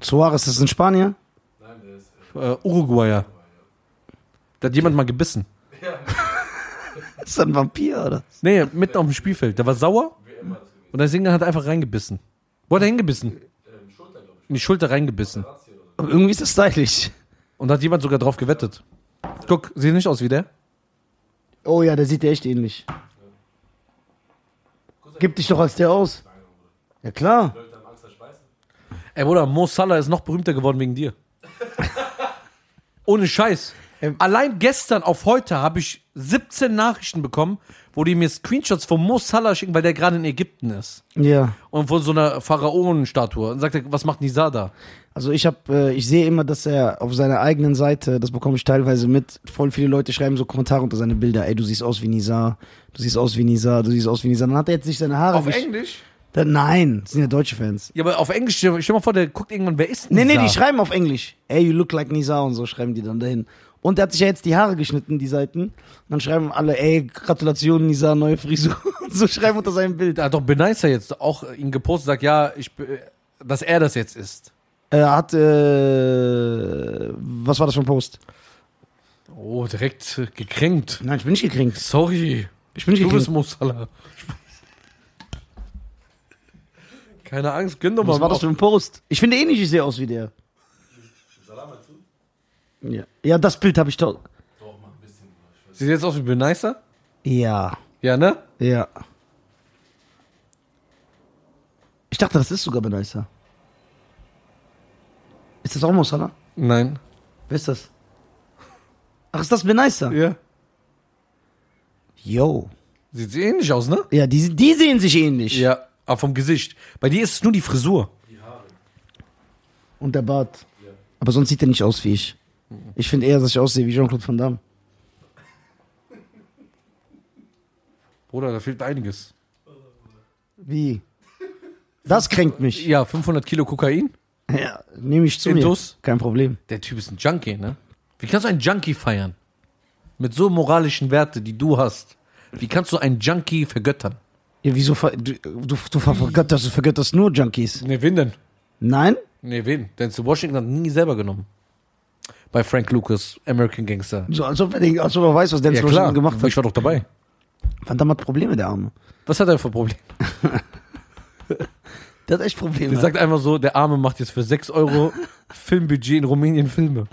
Speaker 1: Suarez ist in Spanien?
Speaker 3: Nein, der ist. äh,
Speaker 2: Äh, Uruguayer. Da hat jemand mal gebissen.
Speaker 1: Ist er ein Vampir, oder?
Speaker 2: Nee, mitten auf dem Spielfeld. Der war sauer
Speaker 3: Wie immer das gewesen.
Speaker 2: und der Singer hat einfach reingebissen. Wo hat er hingebissen?
Speaker 3: Ähm, Schulter, glaube ich.
Speaker 2: Äh, In die Schulter reingebissen.
Speaker 3: Ratio oder so.
Speaker 1: Aber irgendwie ist das stylisch.
Speaker 2: Und da hat jemand sogar drauf gewettet. Guck, sieht nicht aus wie der.
Speaker 1: Oh ja, der sieht ja echt ähnlich. Gib dich doch als der aus. Ja klar.
Speaker 3: Leute haben Angst, dass Schweißen.
Speaker 2: Ey, Bruder, Mo Salah ist noch berühmter geworden wegen dir. [LAUGHS] Ohne Scheiß.
Speaker 1: Ähm.
Speaker 2: Allein gestern auf heute habe ich 17 Nachrichten bekommen, wo die mir Screenshots von Mo Salah schicken, weil der gerade in Ägypten ist.
Speaker 1: Ja.
Speaker 2: Und von so einer Pharaonenstatue. Und sagt er, was macht Nisa da?
Speaker 1: Also ich habe, äh, ich sehe immer, dass er auf seiner eigenen Seite, das bekomme ich teilweise mit, voll viele Leute schreiben so Kommentare unter seine Bilder. Ey, du siehst aus wie Nizar, du siehst aus wie Nizar, du siehst aus wie Nizar. Dann hat er jetzt nicht seine Haare. gesch-
Speaker 2: Englisch?
Speaker 1: Dann- Nein, das sind ja deutsche Fans.
Speaker 2: Ja, aber auf Englisch, stell dir mal vor, der guckt irgendwann, wer ist
Speaker 1: Nee,
Speaker 2: Nisa?
Speaker 1: nee, die schreiben auf Englisch. Ey, you look like Nizar und so schreiben die dann dahin. Und er hat sich ja jetzt die Haare geschnitten, die Seiten. Und dann schreiben alle, ey, Gratulation, Nizar, neue Frisur. [LAUGHS] Und so schreiben unter seinem Bild.
Speaker 2: Da hat Ah, doch Beneiser jetzt auch äh, ihn gepostet, sagt, ja, ich, be- dass er das jetzt ist.
Speaker 1: Er hat, äh, was war das für ein Post?
Speaker 2: Oh, direkt äh, gekränkt.
Speaker 1: Nein, ich bin nicht gekrinkt.
Speaker 2: Sorry.
Speaker 1: Ich bin nicht
Speaker 2: Du bist
Speaker 1: gekrinkt.
Speaker 2: Mo Salah. Keine Angst, gönn doch mal.
Speaker 1: Was war das für ein Post? Ich finde eh nicht, ich sehe aus wie der.
Speaker 3: Salam dazu?
Speaker 1: Ja, ja das Bild habe ich doch.
Speaker 3: Doch, mach ein bisschen. Bruder. Ich weiß
Speaker 2: Sieht jetzt aus wie Beneiser?
Speaker 1: Ja,
Speaker 2: Ja, ne?
Speaker 1: ja. Ich dachte, das ist sogar Benaisa. Ist das auch Mo Salah?
Speaker 2: Nein.
Speaker 1: Wer ist das? Ach, ist das Benaisa?
Speaker 2: Ja.
Speaker 1: Yo.
Speaker 2: Sieht sie ähnlich aus, ne?
Speaker 1: Ja, die, die sehen sich ähnlich.
Speaker 2: Ja. Aber vom Gesicht. Bei dir ist es nur die Frisur.
Speaker 3: nicht, Die Haare.
Speaker 1: Und der Bart.
Speaker 3: Ja.
Speaker 1: Aber sonst sieht er nicht aus wie ich. Ich finde eher, dass ich aussehe wie Jean-Claude Van Damme.
Speaker 2: Bruder, da fehlt einiges.
Speaker 1: Wie? Das kränkt mich.
Speaker 2: Ja, 500 Kilo Kokain.
Speaker 1: Ja, nehme ich zu
Speaker 2: Intus?
Speaker 1: mir. Kein Problem.
Speaker 2: Der Typ ist ein Junkie, ne? Wie kannst du einen Junkie feiern? Mit so moralischen Werte, die du hast. Wie kannst du einen Junkie vergöttern?
Speaker 1: Ja, wieso ver du, du, du ver vergötterst, du vergötterst nur Junkies?
Speaker 2: Ne, wen denn?
Speaker 1: Nein?
Speaker 2: Ne, wen? Denzel Washington hat nie selber genommen. Bei Frank Lucas, American Gangster.
Speaker 1: So, als ob er, den, als ob er weiß, was Denzel
Speaker 2: Ja,
Speaker 1: Washington
Speaker 2: klar.
Speaker 1: gemacht
Speaker 2: Ich
Speaker 1: hat.
Speaker 2: war doch dabei.
Speaker 1: Van Damme hat Probleme, der Arme.
Speaker 2: Was hat er für ein Problem?
Speaker 1: Der hat echt Probleme.
Speaker 2: Der sagt einfach so, der Arme macht jetzt für 6 [LAUGHS] Euro Filmbudget in Rumänien Filme.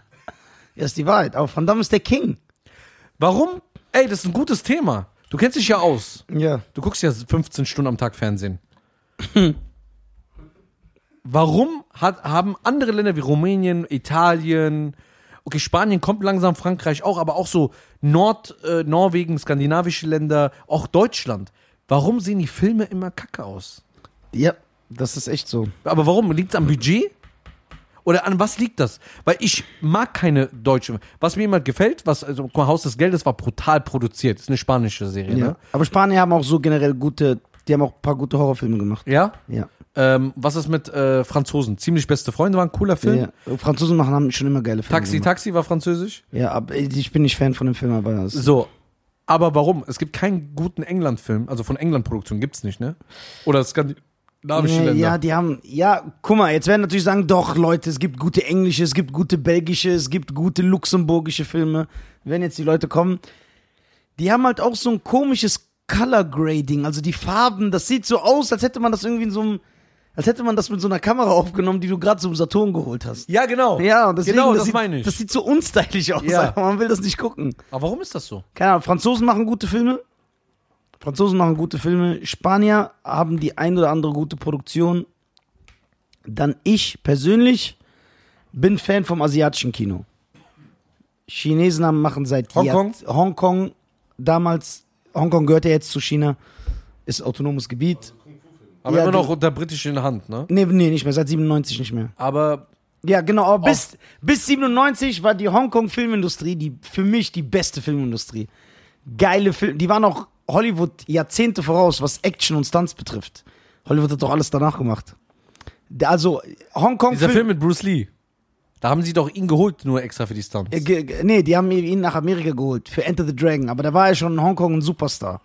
Speaker 1: ja, ist die Wahrheit. Aber Van Damme ist der King.
Speaker 2: Warum? Ey, das ist ein gutes Thema. Du kennst dich ja aus.
Speaker 1: Ja.
Speaker 2: Du guckst ja 15 Stunden am Tag [LAUGHS] Fernsehen. Warum hat, haben andere Länder wie Rumänien, Italien, okay, Spanien kommt langsam, Frankreich auch, aber auch so Nord, äh, Norwegen, skandinavische Länder, auch Deutschland. Warum sehen die Filme immer kacke aus?
Speaker 1: Ja, das ist echt so.
Speaker 2: Aber warum? Liegt es am Budget? Oder an was liegt das? Weil ich mag keine deutsche. Was mir jemand gefällt, was, also guck mal, Haus des Geldes war brutal produziert. Ist eine spanische Serie,
Speaker 1: Ja.
Speaker 2: ne?
Speaker 1: Aber Spanier haben auch so generell gute, die haben auch ein paar gute Horrorfilme gemacht.
Speaker 2: Ja?
Speaker 1: Ja.
Speaker 2: Ähm, was ist mit äh, Franzosen? Ziemlich beste Freunde war ein cooler Film.
Speaker 1: ja. Franzosen machen haben schon immer geile Filme.
Speaker 2: Hm? Taxi,
Speaker 1: gemacht.
Speaker 2: Taxi war französisch.
Speaker 1: Ja, aber ich bin nicht Fan von dem Film, aber das
Speaker 2: So. Aber warum? Es gibt keinen guten England-Film. Also von England-Produktion gibt's nicht, ne? Oder skandinavische
Speaker 1: Nee,
Speaker 2: Länder.
Speaker 1: Äh, Ja, die haben, ja, guck mal, jetzt werden natürlich sagen, doch, Leute, es gibt gute englische, es gibt gute belgische, es gibt gute luxemburgische Filme. Wenn jetzt die Leute kommen, die haben halt auch so ein komisches Color Grading, also die Farben, das sieht so aus, als hätte man das irgendwie in so einem, als hätte man das mit so einer Kamera aufgenommen, die du gerade zum Saturn geholt hast.
Speaker 2: ja genau.
Speaker 1: Ja, und deswegen,
Speaker 2: genau, das,
Speaker 1: sieht,
Speaker 2: meine ich.
Speaker 1: Das sieht so unstylisch aus,
Speaker 2: Ja.
Speaker 1: aber man will das nicht gucken.
Speaker 2: aber warum ist das so?
Speaker 1: Keine Ahnung, Franzosen machen gute Filme. Franzosen machen gute Filme. Spanier haben die ein oder andere gute Produktion. Dann ich persönlich bin Fan vom asiatischen Kino. Chinesen haben, machen seit
Speaker 2: Hongkong?
Speaker 1: Jahr- Hongkong damals, Hongkong gehört ja jetzt zu China, ist autonomes Gebiet.
Speaker 2: Aber
Speaker 1: Ja,
Speaker 2: immer noch
Speaker 1: die-
Speaker 2: unter britischer Hand, ne?
Speaker 1: Nee, nee, nicht mehr, seit 97 nicht mehr.
Speaker 2: Aber
Speaker 1: Ja, genau, aber bis, bis 97 war die Hongkong Filmindustrie die für mich die beste Filmindustrie. Geile Filme, die waren auch Hollywood Jahrzehnte voraus, was Action und Stunts betrifft. Hollywood hat doch alles danach gemacht. Der- Also, Hongkong.
Speaker 2: Dieser Film mit Bruce Lee. Da haben sie doch ihn geholt, nur extra für die Stunts.
Speaker 1: Äh, ge- ge- Nee, die haben ihn nach Amerika geholt für Enter the Dragon, aber da war er schon in Hongkong ein Superstar.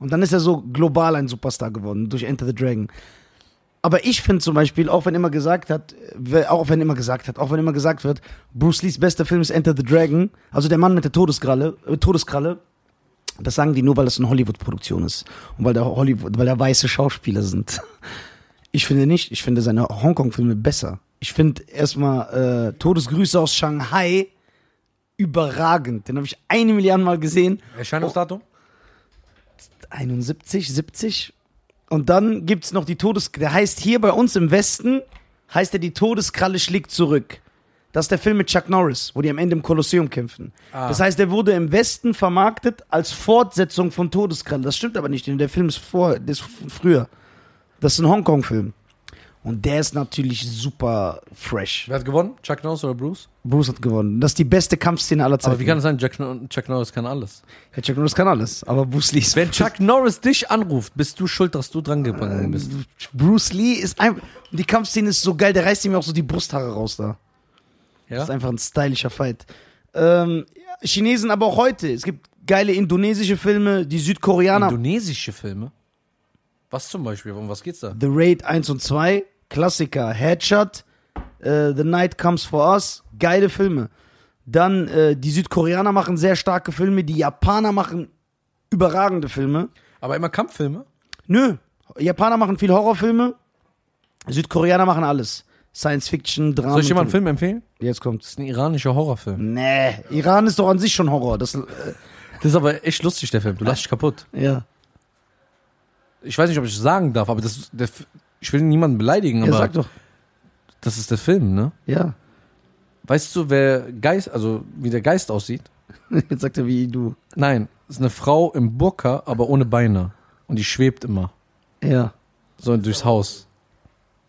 Speaker 1: Und dann ist er so global ein Superstar geworden durch Enter the Dragon. Aber ich finde zum Beispiel, auch wenn immer gesagt hat, we- auch wenn immer gesagt hat, auch wenn immer gesagt wird, Bruce Lees bester Film ist Enter the Dragon, also der Mann mit der Todeskralle, äh, Todeskralle, das sagen die nur, weil das eine Hollywood-Produktion ist und weil da Hollywood, weil da weiße Schauspieler sind. Ich finde nicht. Ich finde seine Hongkong-Filme besser. Ich finde erstmal äh, Todesgrüße aus Shanghai überragend. Den habe ich eine Milliarde Mal gesehen.
Speaker 2: Erscheinungsdatum?
Speaker 1: 71, 70. Und dann gibt's noch die Todes... Der heißt hier bei uns im Westen, heißt er die Todeskralle schlägt zurück. Das ist der Film mit Chuck Norris, wo die am Ende im Kolosseum kämpfen.
Speaker 2: Ah.
Speaker 1: Das heißt, der wurde im Westen vermarktet als Fortsetzung von Todeskralle. Das stimmt aber nicht, denn der Film ist, vor, der ist von früher. Das ist ein Hongkong-Film. Und der ist natürlich super fresh.
Speaker 2: Wer hat gewonnen? Chuck Norris oder Bruce?
Speaker 1: Bruce hat gewonnen. Das ist die beste Kampfszene aller Zeiten.
Speaker 2: Aber wie kann es sein, Jack, Chuck Norris kann alles?
Speaker 1: ja, Chuck Norris kann alles, aber Bruce Lee ist
Speaker 2: [LAUGHS] Wenn Chuck Norris dich anruft, bist du schuld, dass du dran gegangen bist.
Speaker 1: Äh, Bruce Lee ist einfach. Die Kampfszene ist so geil, der reißt ihm auch so die Brusthaare raus da.
Speaker 2: Ja?
Speaker 1: Das ist einfach ein stylischer Fight. Ähm, ja, Chinesen aber auch heute. Es gibt geile indonesische Filme, die Südkoreaner.
Speaker 2: Indonesische Filme? Was zum Beispiel? Um was geht's da?
Speaker 1: The Raid 1 und 2, Klassiker, Headshot, äh, The Night Comes For Us, geile Filme. Dann äh, die Südkoreaner machen sehr starke Filme, die Japaner machen überragende Filme.
Speaker 2: Aber immer Kampffilme?
Speaker 1: Nö, Japaner machen viel Horrorfilme, Südkoreaner machen alles. Science Fiction, Drama.
Speaker 2: Soll ich dir mal einen Film empfehlen?
Speaker 1: Jetzt kommt's.
Speaker 2: Das ist ein iranischer Horrorfilm.
Speaker 1: Nee, Iran ist doch an sich schon Horror. Das, äh,
Speaker 2: [LAUGHS] Das ist aber echt lustig, der Film. Du lachst dich kaputt.
Speaker 1: ja.
Speaker 2: Ich weiß nicht, ob ich das sagen darf, aber das, der, F- ich will niemanden beleidigen,
Speaker 1: ja,
Speaker 2: aber
Speaker 1: sag doch.
Speaker 2: das ist der Film, ne?
Speaker 1: Ja. [LAUGHS]
Speaker 2: Weißt du, wer Geist, also wie der Geist aussieht?
Speaker 1: Jetzt sagt er wie du.
Speaker 2: Nein, ist eine Frau im Burka, aber ohne Beine. Und die schwebt immer.
Speaker 1: Ja.
Speaker 2: So durchs Haus.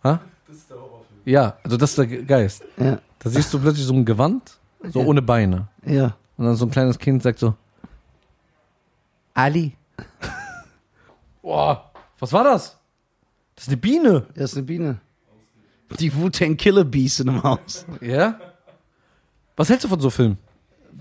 Speaker 2: Ha?
Speaker 3: Das ist der Horrorfilm.
Speaker 2: Ja, also das ist der Ge- Geist.
Speaker 1: Ja.
Speaker 2: Da siehst du plötzlich so ein Gewand, so
Speaker 1: Ja.
Speaker 2: ohne Beine.
Speaker 1: Ja.
Speaker 2: Und dann so ein kleines Kind sagt so, Ali. Boah, was war das? Das ist eine Biene.
Speaker 1: Das ist eine Biene. Die Wu-Tang Killer Bees in dem Haus.
Speaker 2: Ja? Was hältst du von so Filmen?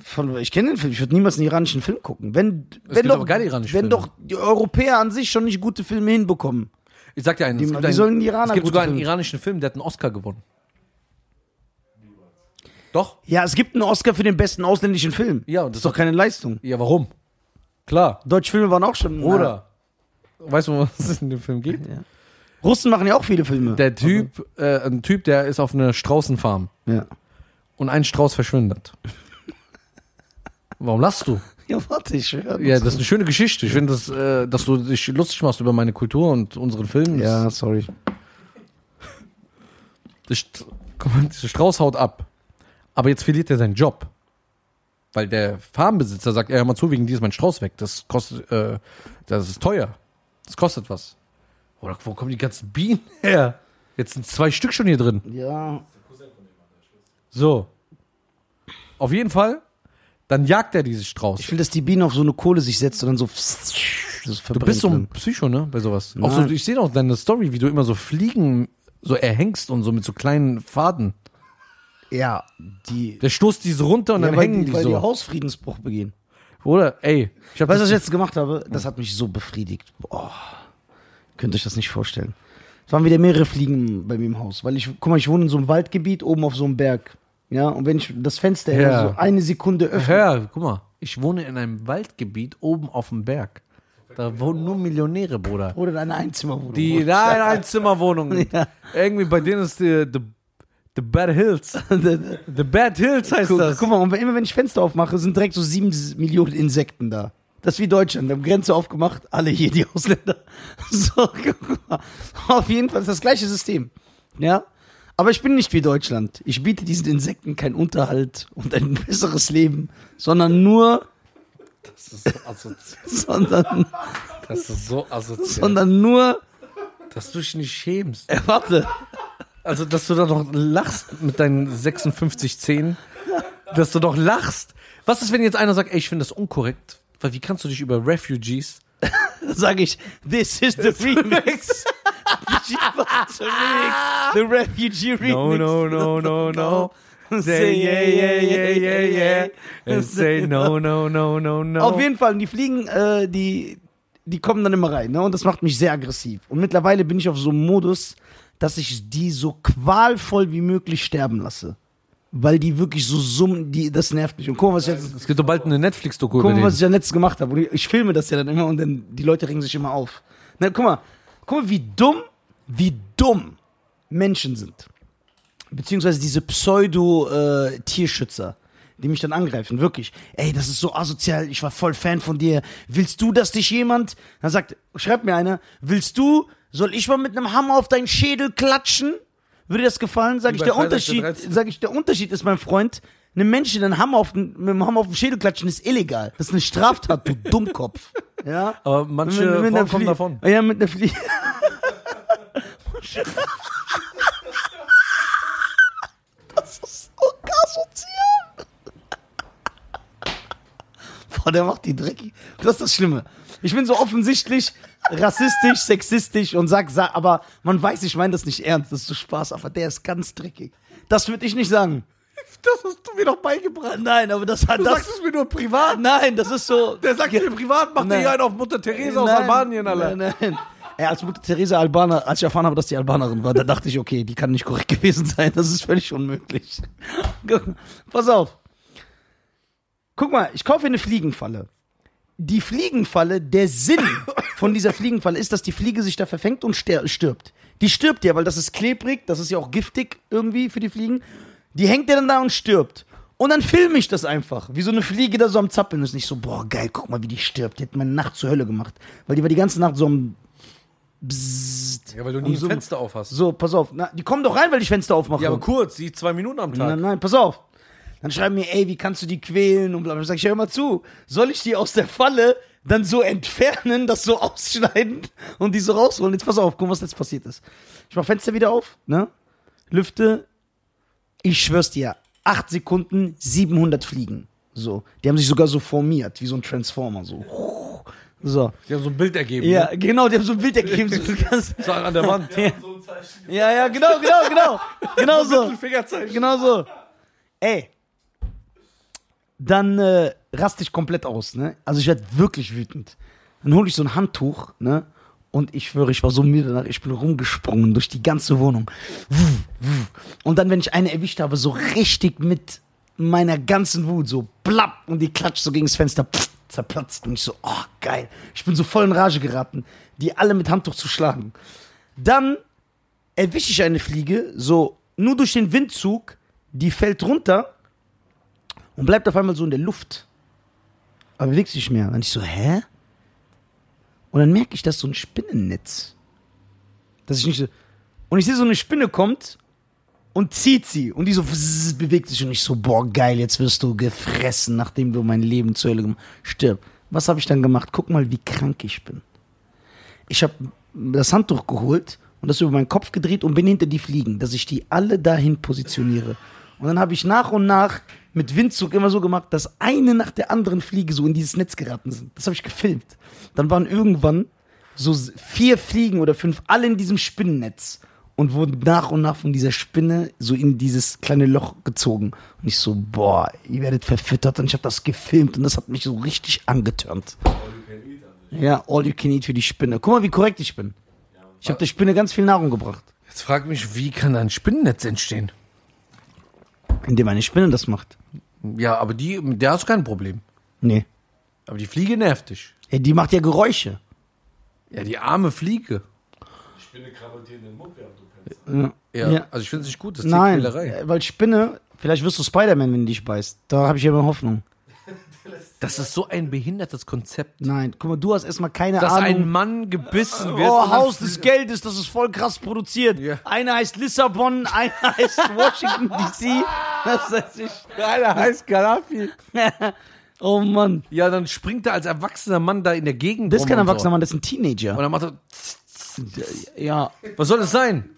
Speaker 1: Von, ich kenne den Film. Ich würde niemals einen iranischen Film gucken. Wenn, wenn
Speaker 2: gibt
Speaker 1: doch,
Speaker 2: aber geile iranische
Speaker 1: wenn
Speaker 2: Filme.
Speaker 1: doch die Europäer an sich schon nicht gute Filme hinbekommen.
Speaker 2: Ich sag dir einen,
Speaker 1: Die-
Speaker 2: es gibt,
Speaker 1: wie
Speaker 2: einen,
Speaker 1: sollen die Iraner
Speaker 2: es gibt
Speaker 1: gute
Speaker 2: sogar einen
Speaker 1: Filme-
Speaker 2: iranischen Film, der hat einen Oscar gewonnen. Doch?
Speaker 1: Ja, es gibt einen Oscar für den besten ausländischen Film.
Speaker 2: Ja, und
Speaker 1: Das
Speaker 2: das
Speaker 1: ist doch keine Leistung.
Speaker 2: Ja, warum? Klar,
Speaker 1: Deutsche Filme waren auch schon.
Speaker 2: Bruder. Weißt du, was es in dem Film geht?
Speaker 1: Na, Russen machen ja auch viele Filme.
Speaker 2: Der Typ, äh, ein Typ, der ist auf einer Straußenfarm
Speaker 1: ja. [LAUGHS]
Speaker 2: und ein Strauß verschwindet. Warum lachst du?
Speaker 1: ja, warte, ich höre.
Speaker 2: Ja, das ist eine schöne Geschichte. Ich finde, das, äh, dass du dich lustig machst über meine Kultur und unseren Film.
Speaker 1: ja, sorry.
Speaker 2: Das, St- guck mal, der Strauß haut ab. Aber jetzt verliert er seinen Job. Weil der Farmbesitzer sagt, ja, hör mal zu, wegen dir ist mein Strauß weg. Das kostet, äh, das ist teuer. Das kostet was. Oder wo kommen die ganzen Bienen her? Jetzt sind zwei Stück schon hier drin.
Speaker 1: Ja.
Speaker 2: So. Auf jeden Fall, dann jagt er dieses Strauß.
Speaker 1: Ich will, dass die Biene auf so eine Kohle sich setzt und dann so. Das
Speaker 2: Du bist so ein Psycho, ne? Bei sowas. Auch so,
Speaker 1: Nein.
Speaker 2: ich sehe auch deine Story, wie du immer so Fliegen so erhängst und so mit so kleinen Faden.
Speaker 1: Ja, die.
Speaker 2: Der stoßt die so runter und
Speaker 1: ja,
Speaker 2: dann
Speaker 1: weil
Speaker 2: hängen
Speaker 1: die,
Speaker 2: die,
Speaker 1: weil die
Speaker 2: so.
Speaker 1: Hausfriedensbruch begehen.
Speaker 2: Oder? Ey, ich hab
Speaker 1: Weißt du, was
Speaker 2: das,
Speaker 1: ich jetzt gemacht habe? Das hat mich so befriedigt. Boah. Könnt ihr euch das nicht vorstellen. Es waren wieder mehrere Fliegen bei mir im Haus. Weil ich, guck mal, ich wohne in so einem Waldgebiet oben auf so einem Berg. Ja, und wenn ich das Fenster
Speaker 2: Ja.
Speaker 1: immer so eine Sekunde öffne.
Speaker 2: Hör, guck mal. Ich wohne in einem Waldgebiet oben auf dem Berg. Da wohnen nur Millionäre, Bruder.
Speaker 1: Oder deine Einzimmerwohnung.
Speaker 2: [LAUGHS]
Speaker 1: [LAUGHS]
Speaker 2: Die da in [LAUGHS] Einzimmerwohnungen. Irgendwie bei denen ist die, the, the Bad Hills. The Bad Hills heißt
Speaker 1: guck,
Speaker 2: das.
Speaker 1: guck mal, und wenn- immer wenn ich Fenster aufmache, sind direkt so sieben S- Millionen Insekten da. Das ist wie Deutschland. Wir haben Grenze aufgemacht, alle hier, die Ausländer. [LAUGHS] So, guck mal. Auf jeden Fall ist das gleiche System. Ja? Aber ich bin nicht wie Deutschland. Ich biete diesen Insekten keinen Unterhalt und ein [LAUGHS] besseres Leben, sondern nur,
Speaker 2: Das ist so asozial. [LAUGHS]
Speaker 1: sondern,
Speaker 2: Das ist so asozial.
Speaker 1: sondern nur,
Speaker 2: Dass du dich nicht schämst.
Speaker 1: äh, warte,
Speaker 2: Also, dass du da noch lachst mit deinen 56 Zähnen. Dass du doch lachst. Was ist, wenn jetzt einer sagt, ey, ich finde das unkorrekt, Weil wie kannst du dich über [LAUGHS] Refugees
Speaker 1: sage ich, this is the remix. She [LAUGHS] wants a remix. The refugee remix.
Speaker 2: No, no, no, no,
Speaker 1: [LAUGHS]
Speaker 2: no. Say yeah, yeah, yeah, yeah, yeah. And say no, no, no, no, no.
Speaker 1: Auf jeden Fall, die fliegen, äh, die, die kommen dann immer rein, ne? Und das macht mich sehr aggressiv. Und mittlerweile bin ich auf so einem Modus, dass ich die so qualvoll wie möglich sterben lasse. Weil die wirklich so summen, die, das nervt mich. Und guck mal, was ich jetzt,
Speaker 2: es gibt doch bald eine Netflix-Doku über
Speaker 1: guck mal,
Speaker 2: den.
Speaker 1: was ich ja letztens gemacht habe. Und ich- Ich filme das ja dann immer und dann, die Leute regen sich immer auf. Na, guck mal, guck mal, wie dumm, wie dumm Menschen sind. Beziehungsweise diese Pseudo-Tierschützer, die mich dann angreifen, wirklich. Ey, das ist so asozial, ich war voll Fan von dir. Willst du, dass dich jemand, dann sagt, schreibt mir einer, willst du, soll ich mal mit einem Hammer auf deinen Schädel klatschen? Würde dir das gefallen? Sag ich,
Speaker 2: bei
Speaker 1: der
Speaker 2: Freitag der
Speaker 1: Unterschied,
Speaker 2: 13..
Speaker 1: sag ich, der Unterschied ist, mein Freund, einem Menschen den Hammer auf den, mit dem Hammer auf den Schädel klatschen ist illegal. Das ist eine Straftat,
Speaker 2: [LAUGHS]
Speaker 1: du Dummkopf. Ja?
Speaker 2: Aber manche
Speaker 1: Mit- mit
Speaker 2: Frauen
Speaker 1: einer Flie- Ah
Speaker 2: kommen davon.
Speaker 1: Ja, mit einer Fliege. das ist so asozial. Boah, der macht die dreckig. Das ist das Schlimme. Ich bin so offensichtlich rassistisch, sexistisch und sag, sag aber man weiß, ich meine das nicht ernst, das ist so Spaß, aber der ist ganz dreckig. Das würde ich nicht sagen.
Speaker 2: Das hast du mir doch beigebracht.
Speaker 1: Nein, aber das hat
Speaker 2: Du
Speaker 1: das.
Speaker 2: sagst es mir nur privat.
Speaker 1: Nein, das ist so.
Speaker 2: Der sagt mir privat, macht dir
Speaker 1: Nein.
Speaker 2: hier einen auf Mutter Theresa aus
Speaker 1: Nein,
Speaker 2: Albanien, Alter.
Speaker 1: Nein, nein. Ja, als Mutter Theresa Albaner, als ich erfahren habe, dass die Albanerin war, da dachte ich, okay, die kann nicht korrekt [LAUGHS] gewesen sein. Das ist völlig unmöglich. [LAUGHS] Guck mal, Pass auf. Guck mal, ich kaufe eine Fliegenfalle. Die Fliegenfalle, der Sinn von dieser Fliegenfalle ist, dass die Fliege sich da verfängt und ster- stirbt. Die stirbt ja, weil das ist klebrig, das ist ja auch giftig irgendwie für die Fliegen. Die hängt ja dann da und stirbt. Und dann filme ich das einfach, wie so eine Fliege da so am Zappeln ist. Nicht so, boah, geil, guck mal, wie die stirbt. Die hat meine Nacht zur Hölle gemacht. Weil die war die ganze Nacht so am. Bzzzt.
Speaker 2: Ja, weil du
Speaker 1: Am Summen.
Speaker 2: auf hast.
Speaker 1: So, pass auf. Na, die kommen doch rein, weil ich Fenster aufmache.
Speaker 2: Um Ja, aber kurz, die zwei Minuten am Tag.
Speaker 1: Nein, nein, pass auf. Dann schreiben mir, ey, wie kannst du die quälen und bla bla. Sag ich, hör mal zu, soll ich die aus der Falle dann so entfernen, das so [LAUGHS] ausschneiden und die so rausholen? Jetzt pass auf, guck, mal, was jetzt passiert ist. Ich mach Fenster wieder auf, ne? Lüfte, ich schwör's dir, acht Sekunden, 700 Fliegen. So, die haben sich sogar so formiert, wie so ein Transformer, so. [LAUGHS] So.
Speaker 2: Die haben so ein Bild ergeben.
Speaker 1: Ja, genau, die haben so ein Bild ergeben, so [LAUGHS] das ganze.
Speaker 2: Ne? So an der Wand.
Speaker 1: Ja.
Speaker 3: So ein Zeichen.
Speaker 1: Ja, ja, genau, genau, genau. Genau so.
Speaker 2: Fingerzeichen.
Speaker 1: Genau so. Ey. Dann äh, raste ich komplett aus, ne? Also ich werde wirklich wütend. Dann hole ich so ein Handtuch, ne? Und ich schwöre, ich war so müde danach, ich bin rumgesprungen durch die ganze Wohnung. Wuff, wuff. Und dann, wenn ich eine erwischt habe, so richtig mit meiner ganzen Wut, so blapp, und die klatscht so gegen das Fenster, pff, zerplatzt. Und ich so, oh, geil. Ich bin so voll in Rage geraten, die alle mit Handtuch zu schlagen. Dann erwische ich eine Fliege, so nur durch den Windzug, die fällt runter und bleibt auf einmal so in der Luft. Aber bewegt sich nicht mehr. Und ich so, hä? Und dann merke ich, dass so ein Spinnennetz. Dass ich nicht so. Und ich sehe, so eine Spinne kommt und zieht sie. Und die so vzz, bewegt sich. Und ich so, boah, geil, jetzt wirst du gefressen, nachdem du mein Leben zur Hölle gemacht Stirb. Was habe ich dann gemacht? Guck mal, wie krank ich bin. Ich habe das Handtuch geholt und das über meinen Kopf gedreht und bin hinter die Fliegen, dass ich die alle dahin positioniere. Und dann habe ich nach und nach mit Windzug immer so gemacht, dass eine nach der anderen Fliege so in dieses Netz geraten sind. Das habe ich gefilmt. Dann waren irgendwann so s- vier Fliegen oder fünf alle in diesem Spinnennetz und wurden nach und nach von dieser Spinne so in dieses kleine Loch gezogen. Und ich so, boah, ihr werdet verfüttert und ich habe das gefilmt und das hat mich so richtig angetörnt.
Speaker 3: All you can eat, also.
Speaker 1: Ja, all you can eat für die Spinne. Guck mal, wie korrekt ich bin. Ich habe der Spinne ganz viel Nahrung gebracht,
Speaker 2: Jetzt frag mich, wie kann da ein Spinnennetz entstehen?
Speaker 1: indem eine Spinne das macht.
Speaker 2: Ja, aber die, mit der hast du kein Problem.
Speaker 1: Nee.
Speaker 2: Aber die Fliege nervt dich.
Speaker 1: Ja, die macht ja Geräusche.
Speaker 2: Ja, die arme Fliege.
Speaker 3: Die Spinne krabbelt dir in den Mund, während du pennst.
Speaker 1: Ja.
Speaker 2: Ja,
Speaker 1: Ja.
Speaker 2: also ich finde es nicht gut, das ist
Speaker 1: Nein,
Speaker 2: Tierquälerei.
Speaker 1: äh, weil Spinne, vielleicht wirst du Spider-Man, wenn die dich beißt. Da habe ich ja immer Hoffnung.
Speaker 2: Das ist so ein behindertes Konzept.
Speaker 1: Nein, guck mal, du hast erstmal keine
Speaker 2: Dass ein
Speaker 1: Ahnung.
Speaker 2: Mann gebissen wird.
Speaker 1: Oh,
Speaker 2: und dann
Speaker 1: Haus
Speaker 2: flie- [LAUGHS]
Speaker 1: des Geldes, das ist voll krass produziert.
Speaker 2: Ja.
Speaker 1: Einer heißt Lissabon, [LAUGHS] einer heißt Washington DC. Das weiß ich.
Speaker 2: Alter, heißt Gaddafi.
Speaker 1: [LAUGHS] Oh Mann.
Speaker 2: Ja, dann springt er als erwachsener Mann da in der Gegend
Speaker 1: Das ist
Speaker 2: rum
Speaker 1: kein
Speaker 2: und so.
Speaker 1: Erwachsener Mann, das ist ein
Speaker 2: Und
Speaker 1: Teenager.
Speaker 2: dann macht er,
Speaker 1: Ja,
Speaker 2: was soll das sein?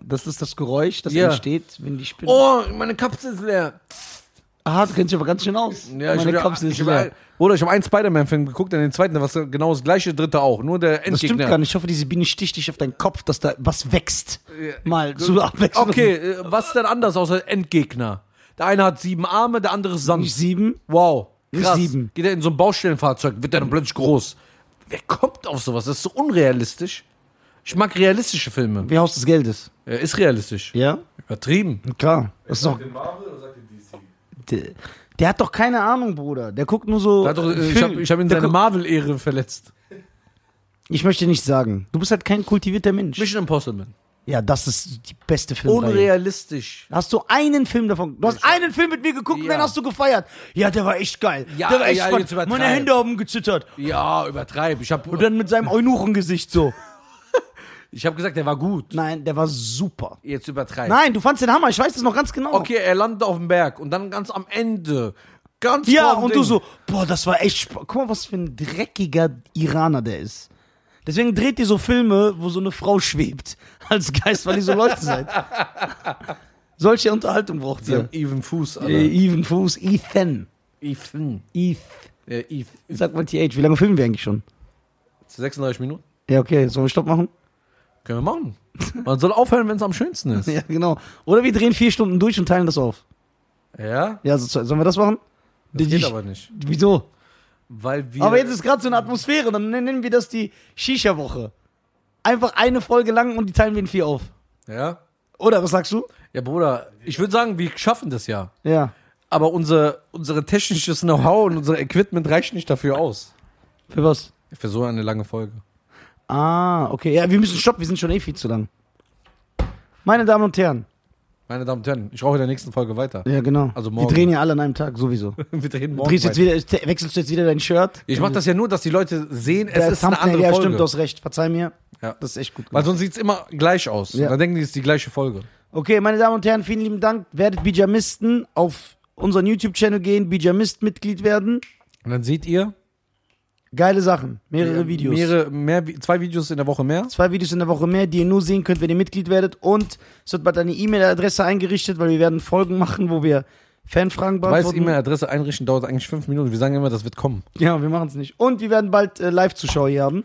Speaker 1: das ist das Geräusch, das
Speaker 2: Ja.
Speaker 1: entsteht, wenn die Spinne.
Speaker 2: Oh, meine Kapsel ist leer.
Speaker 1: Aha, du kennst dich aber ganz schön aus.
Speaker 2: Ja, ich
Speaker 1: Meine
Speaker 2: hab-
Speaker 1: Kopfsinn ist
Speaker 2: ich hab-
Speaker 1: leer.
Speaker 2: Bruder, ich habe einen Spider-Man-Film geguckt, dann den zweiten, da war genau das gleiche, dritte auch. Nur der
Speaker 1: Das stimmt
Speaker 2: Endgegner.
Speaker 1: gar nicht. Ich hoffe, diese Biene sticht dich auf deinen Kopf, dass da was wächst. Mal zu Abwechslung.
Speaker 2: Okay, äh, was ist denn anders außer Endgegner? Der eine hat sieben Arme, der andere ist
Speaker 1: Nicht
Speaker 2: Sand.
Speaker 1: sieben.
Speaker 2: Wow.
Speaker 1: Nicht
Speaker 2: Krass.
Speaker 1: sieben.
Speaker 2: Geht er in so ein Baustellenfahrzeug, wird er dann plötzlich groß. Wer kommt auf sowas? Das ist so unrealistisch. Ich mag realistische Filme.
Speaker 1: Wie Haus des Geldes.
Speaker 2: Er ist realistisch.
Speaker 1: Ja?
Speaker 2: Übertrieben.
Speaker 1: Klar. Das ist doch,
Speaker 3: Sagt ihr Marvel oder sagt ihr DC?
Speaker 1: der, der hat doch keine Ahnung, Bruder. Der guckt nur so.
Speaker 2: Er hat doch, äh, ich
Speaker 1: Film.
Speaker 2: habe hab ihn
Speaker 1: Der
Speaker 2: seine
Speaker 1: guckt-
Speaker 2: Marvel-Ehre verletzt.
Speaker 1: ich möchte nicht sagen. Du bist halt kein kultivierter Mensch.
Speaker 2: Mission Impossible.
Speaker 1: ja, das ist die beste Filmreihe.
Speaker 2: Unrealistisch.
Speaker 1: Hast du einen Film davon? Du hast einen Film mit mir geguckt und
Speaker 2: Ja.
Speaker 1: dann hast du gefeiert. Ja, der war echt geil.
Speaker 2: Ja,
Speaker 1: der war echt
Speaker 2: ja,
Speaker 1: spannend.
Speaker 2: jetzt übertreib.
Speaker 1: Meine Hände haben gezittert.
Speaker 2: Ja, übertreib. Ich habe
Speaker 1: Und dann mit seinem Eunuchengesicht so.
Speaker 2: ich hab gesagt, der war gut.
Speaker 1: Nein, der war super.
Speaker 2: Jetzt übertreib.
Speaker 1: Nein, du fandst den Hammer. Ich weiß das noch ganz genau.
Speaker 2: Okay, er landet auf dem Berg und dann ganz am Ende. Ganz
Speaker 1: Ja,
Speaker 2: vorm
Speaker 1: und
Speaker 2: Ding.
Speaker 1: du so, boah, das war echt spa- Guck mal, was für ein dreckiger Iraner der ist. Deswegen dreht ihr so Filme, wo so eine Frau schwebt [LAUGHS] als Geist, weil ihr so Leute
Speaker 2: [LAUGHS]
Speaker 1: seid. Solche Unterhaltung braucht
Speaker 2: Sie haben
Speaker 1: ihr.
Speaker 2: even Fuß, Alter.
Speaker 1: Äh, Even Fuß, Ethan.
Speaker 2: Even.
Speaker 1: Eth.
Speaker 2: Ja, Eve.
Speaker 1: Sag mal TH, wie lange filmen wir eigentlich schon?
Speaker 2: 36 Minuten.
Speaker 1: Ja, okay, sollen wir Stopp machen? [LAUGHS]
Speaker 2: Können wir machen. Man soll aufhören, wenn es am schönsten
Speaker 1: [LAUGHS]
Speaker 2: ist.
Speaker 1: Ja, genau. Oder wir drehen vier Stunden durch und teilen das auf.
Speaker 2: Ja?
Speaker 1: Ja, so, sollen wir das machen?
Speaker 2: Das geht
Speaker 1: Ich-
Speaker 2: aber nicht.
Speaker 1: Wieso?
Speaker 2: Weil wir.
Speaker 1: Aber jetzt ist gerade so eine Atmosphäre, dann nennen wir das die Shisha-Woche. Einfach eine Folge lang und die teilen wir in vier auf.
Speaker 2: Ja?
Speaker 1: Oder was sagst du?
Speaker 2: Ja, Bruder, ich würde sagen, wir schaffen das ja.
Speaker 1: Ja.
Speaker 2: Aber unser, unsere technisches Know-how und unser Equipment reicht nicht dafür aus.
Speaker 1: Für was?
Speaker 2: Für so eine lange Folge.
Speaker 1: Ah, okay. Ja, wir müssen stopp, wir sind schon eh viel zu lang. Meine Damen und Herren.
Speaker 2: Meine Damen und Herren, ich rauche in der nächsten Folge weiter. [LAUGHS]
Speaker 1: Ja, genau.
Speaker 2: Also
Speaker 1: wir
Speaker 2: morgen.
Speaker 1: drehen ja alle an einem Tag, sowieso.
Speaker 2: Wir drehen morgen
Speaker 1: Drehst jetzt
Speaker 2: weiter.
Speaker 1: wieder, te- wechselst du jetzt wieder dein Shirt?
Speaker 2: Ich mache das ja nur, dass die Leute sehen, es
Speaker 1: Der
Speaker 2: ist eine
Speaker 1: Thumbnail,
Speaker 2: andere
Speaker 1: ja,
Speaker 2: Folge.
Speaker 1: stimmt, du hast recht. Verzeih mir.
Speaker 2: Ja.
Speaker 1: Das ist echt gut.
Speaker 2: Weil
Speaker 1: gemacht.
Speaker 2: sonst sieht es immer gleich aus.
Speaker 1: Ja.
Speaker 2: Dann denken die, es ist die gleiche Folge.
Speaker 1: Okay, meine Damen und Herren, vielen lieben Dank. Werdet Bijamisten auf unseren YouTube-Channel gehen, Bijamist-Mitglied werden.
Speaker 2: Und dann seht ihr
Speaker 1: Geile Sachen. Mehrere Videos.
Speaker 2: Mehrere, mehr, Vi- zwei Videos in der Woche mehr.
Speaker 1: Zwei Videos in der Woche mehr, die ihr nur sehen könnt, wenn ihr Mitglied werdet. Und es wird bald eine E-Mail-Adresse eingerichtet, weil wir werden Folgen machen, wo wir Fanfragen
Speaker 2: Weiß
Speaker 1: beantworten.
Speaker 2: E-Mail-Adresse einrichten dauert eigentlich fünf Minuten. Wir sagen immer, das wird kommen.
Speaker 1: Ja, wir machen es nicht. Und wir werden bald äh, Live-Zuschauer hier haben.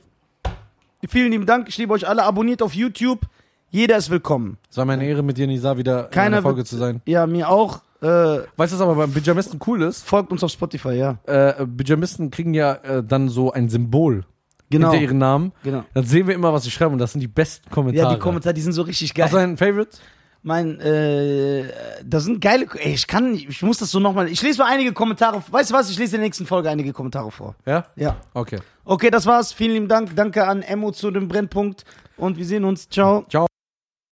Speaker 1: Vielen lieben Dank. Ich liebe euch alle. Abonniert auf YouTube. Jeder ist willkommen.
Speaker 2: Es war meine Ehre, mit dir, Nisa, wieder in
Speaker 1: Keiner
Speaker 2: einer Folge
Speaker 1: wird-
Speaker 2: zu sein.
Speaker 1: Ja, mir auch. Äh,
Speaker 2: Weißt du, was aber beim Pyjamisten cool ist?
Speaker 1: folgt uns auf Spotify, ja.
Speaker 2: Äh, Pyjamisten kriegen ja äh, dann so ein Symbol
Speaker 1: Genau.
Speaker 2: hinter ihren Namen.
Speaker 1: Genau.
Speaker 2: Dann sehen wir immer, was sie schreiben. Und das sind die besten Kommentare. Also-
Speaker 1: Ja, die Kommentare, die sind so richtig geil.
Speaker 2: Was ist dein Favorite?
Speaker 1: mein, äh, das sind geile. Ey, ich kann, nicht- ich muss das so nochmal. Ich lese mal einige Kommentare. Weißt du was? Ich lese in der nächsten Folge einige Kommentare vor.
Speaker 2: Ja?
Speaker 1: Ja.
Speaker 2: Okay.
Speaker 1: Okay, das war's. Vielen lieben Dank. Danke an Emo zu dem Brennpunkt. Und wir sehen uns. Ciao.
Speaker 2: Ciao.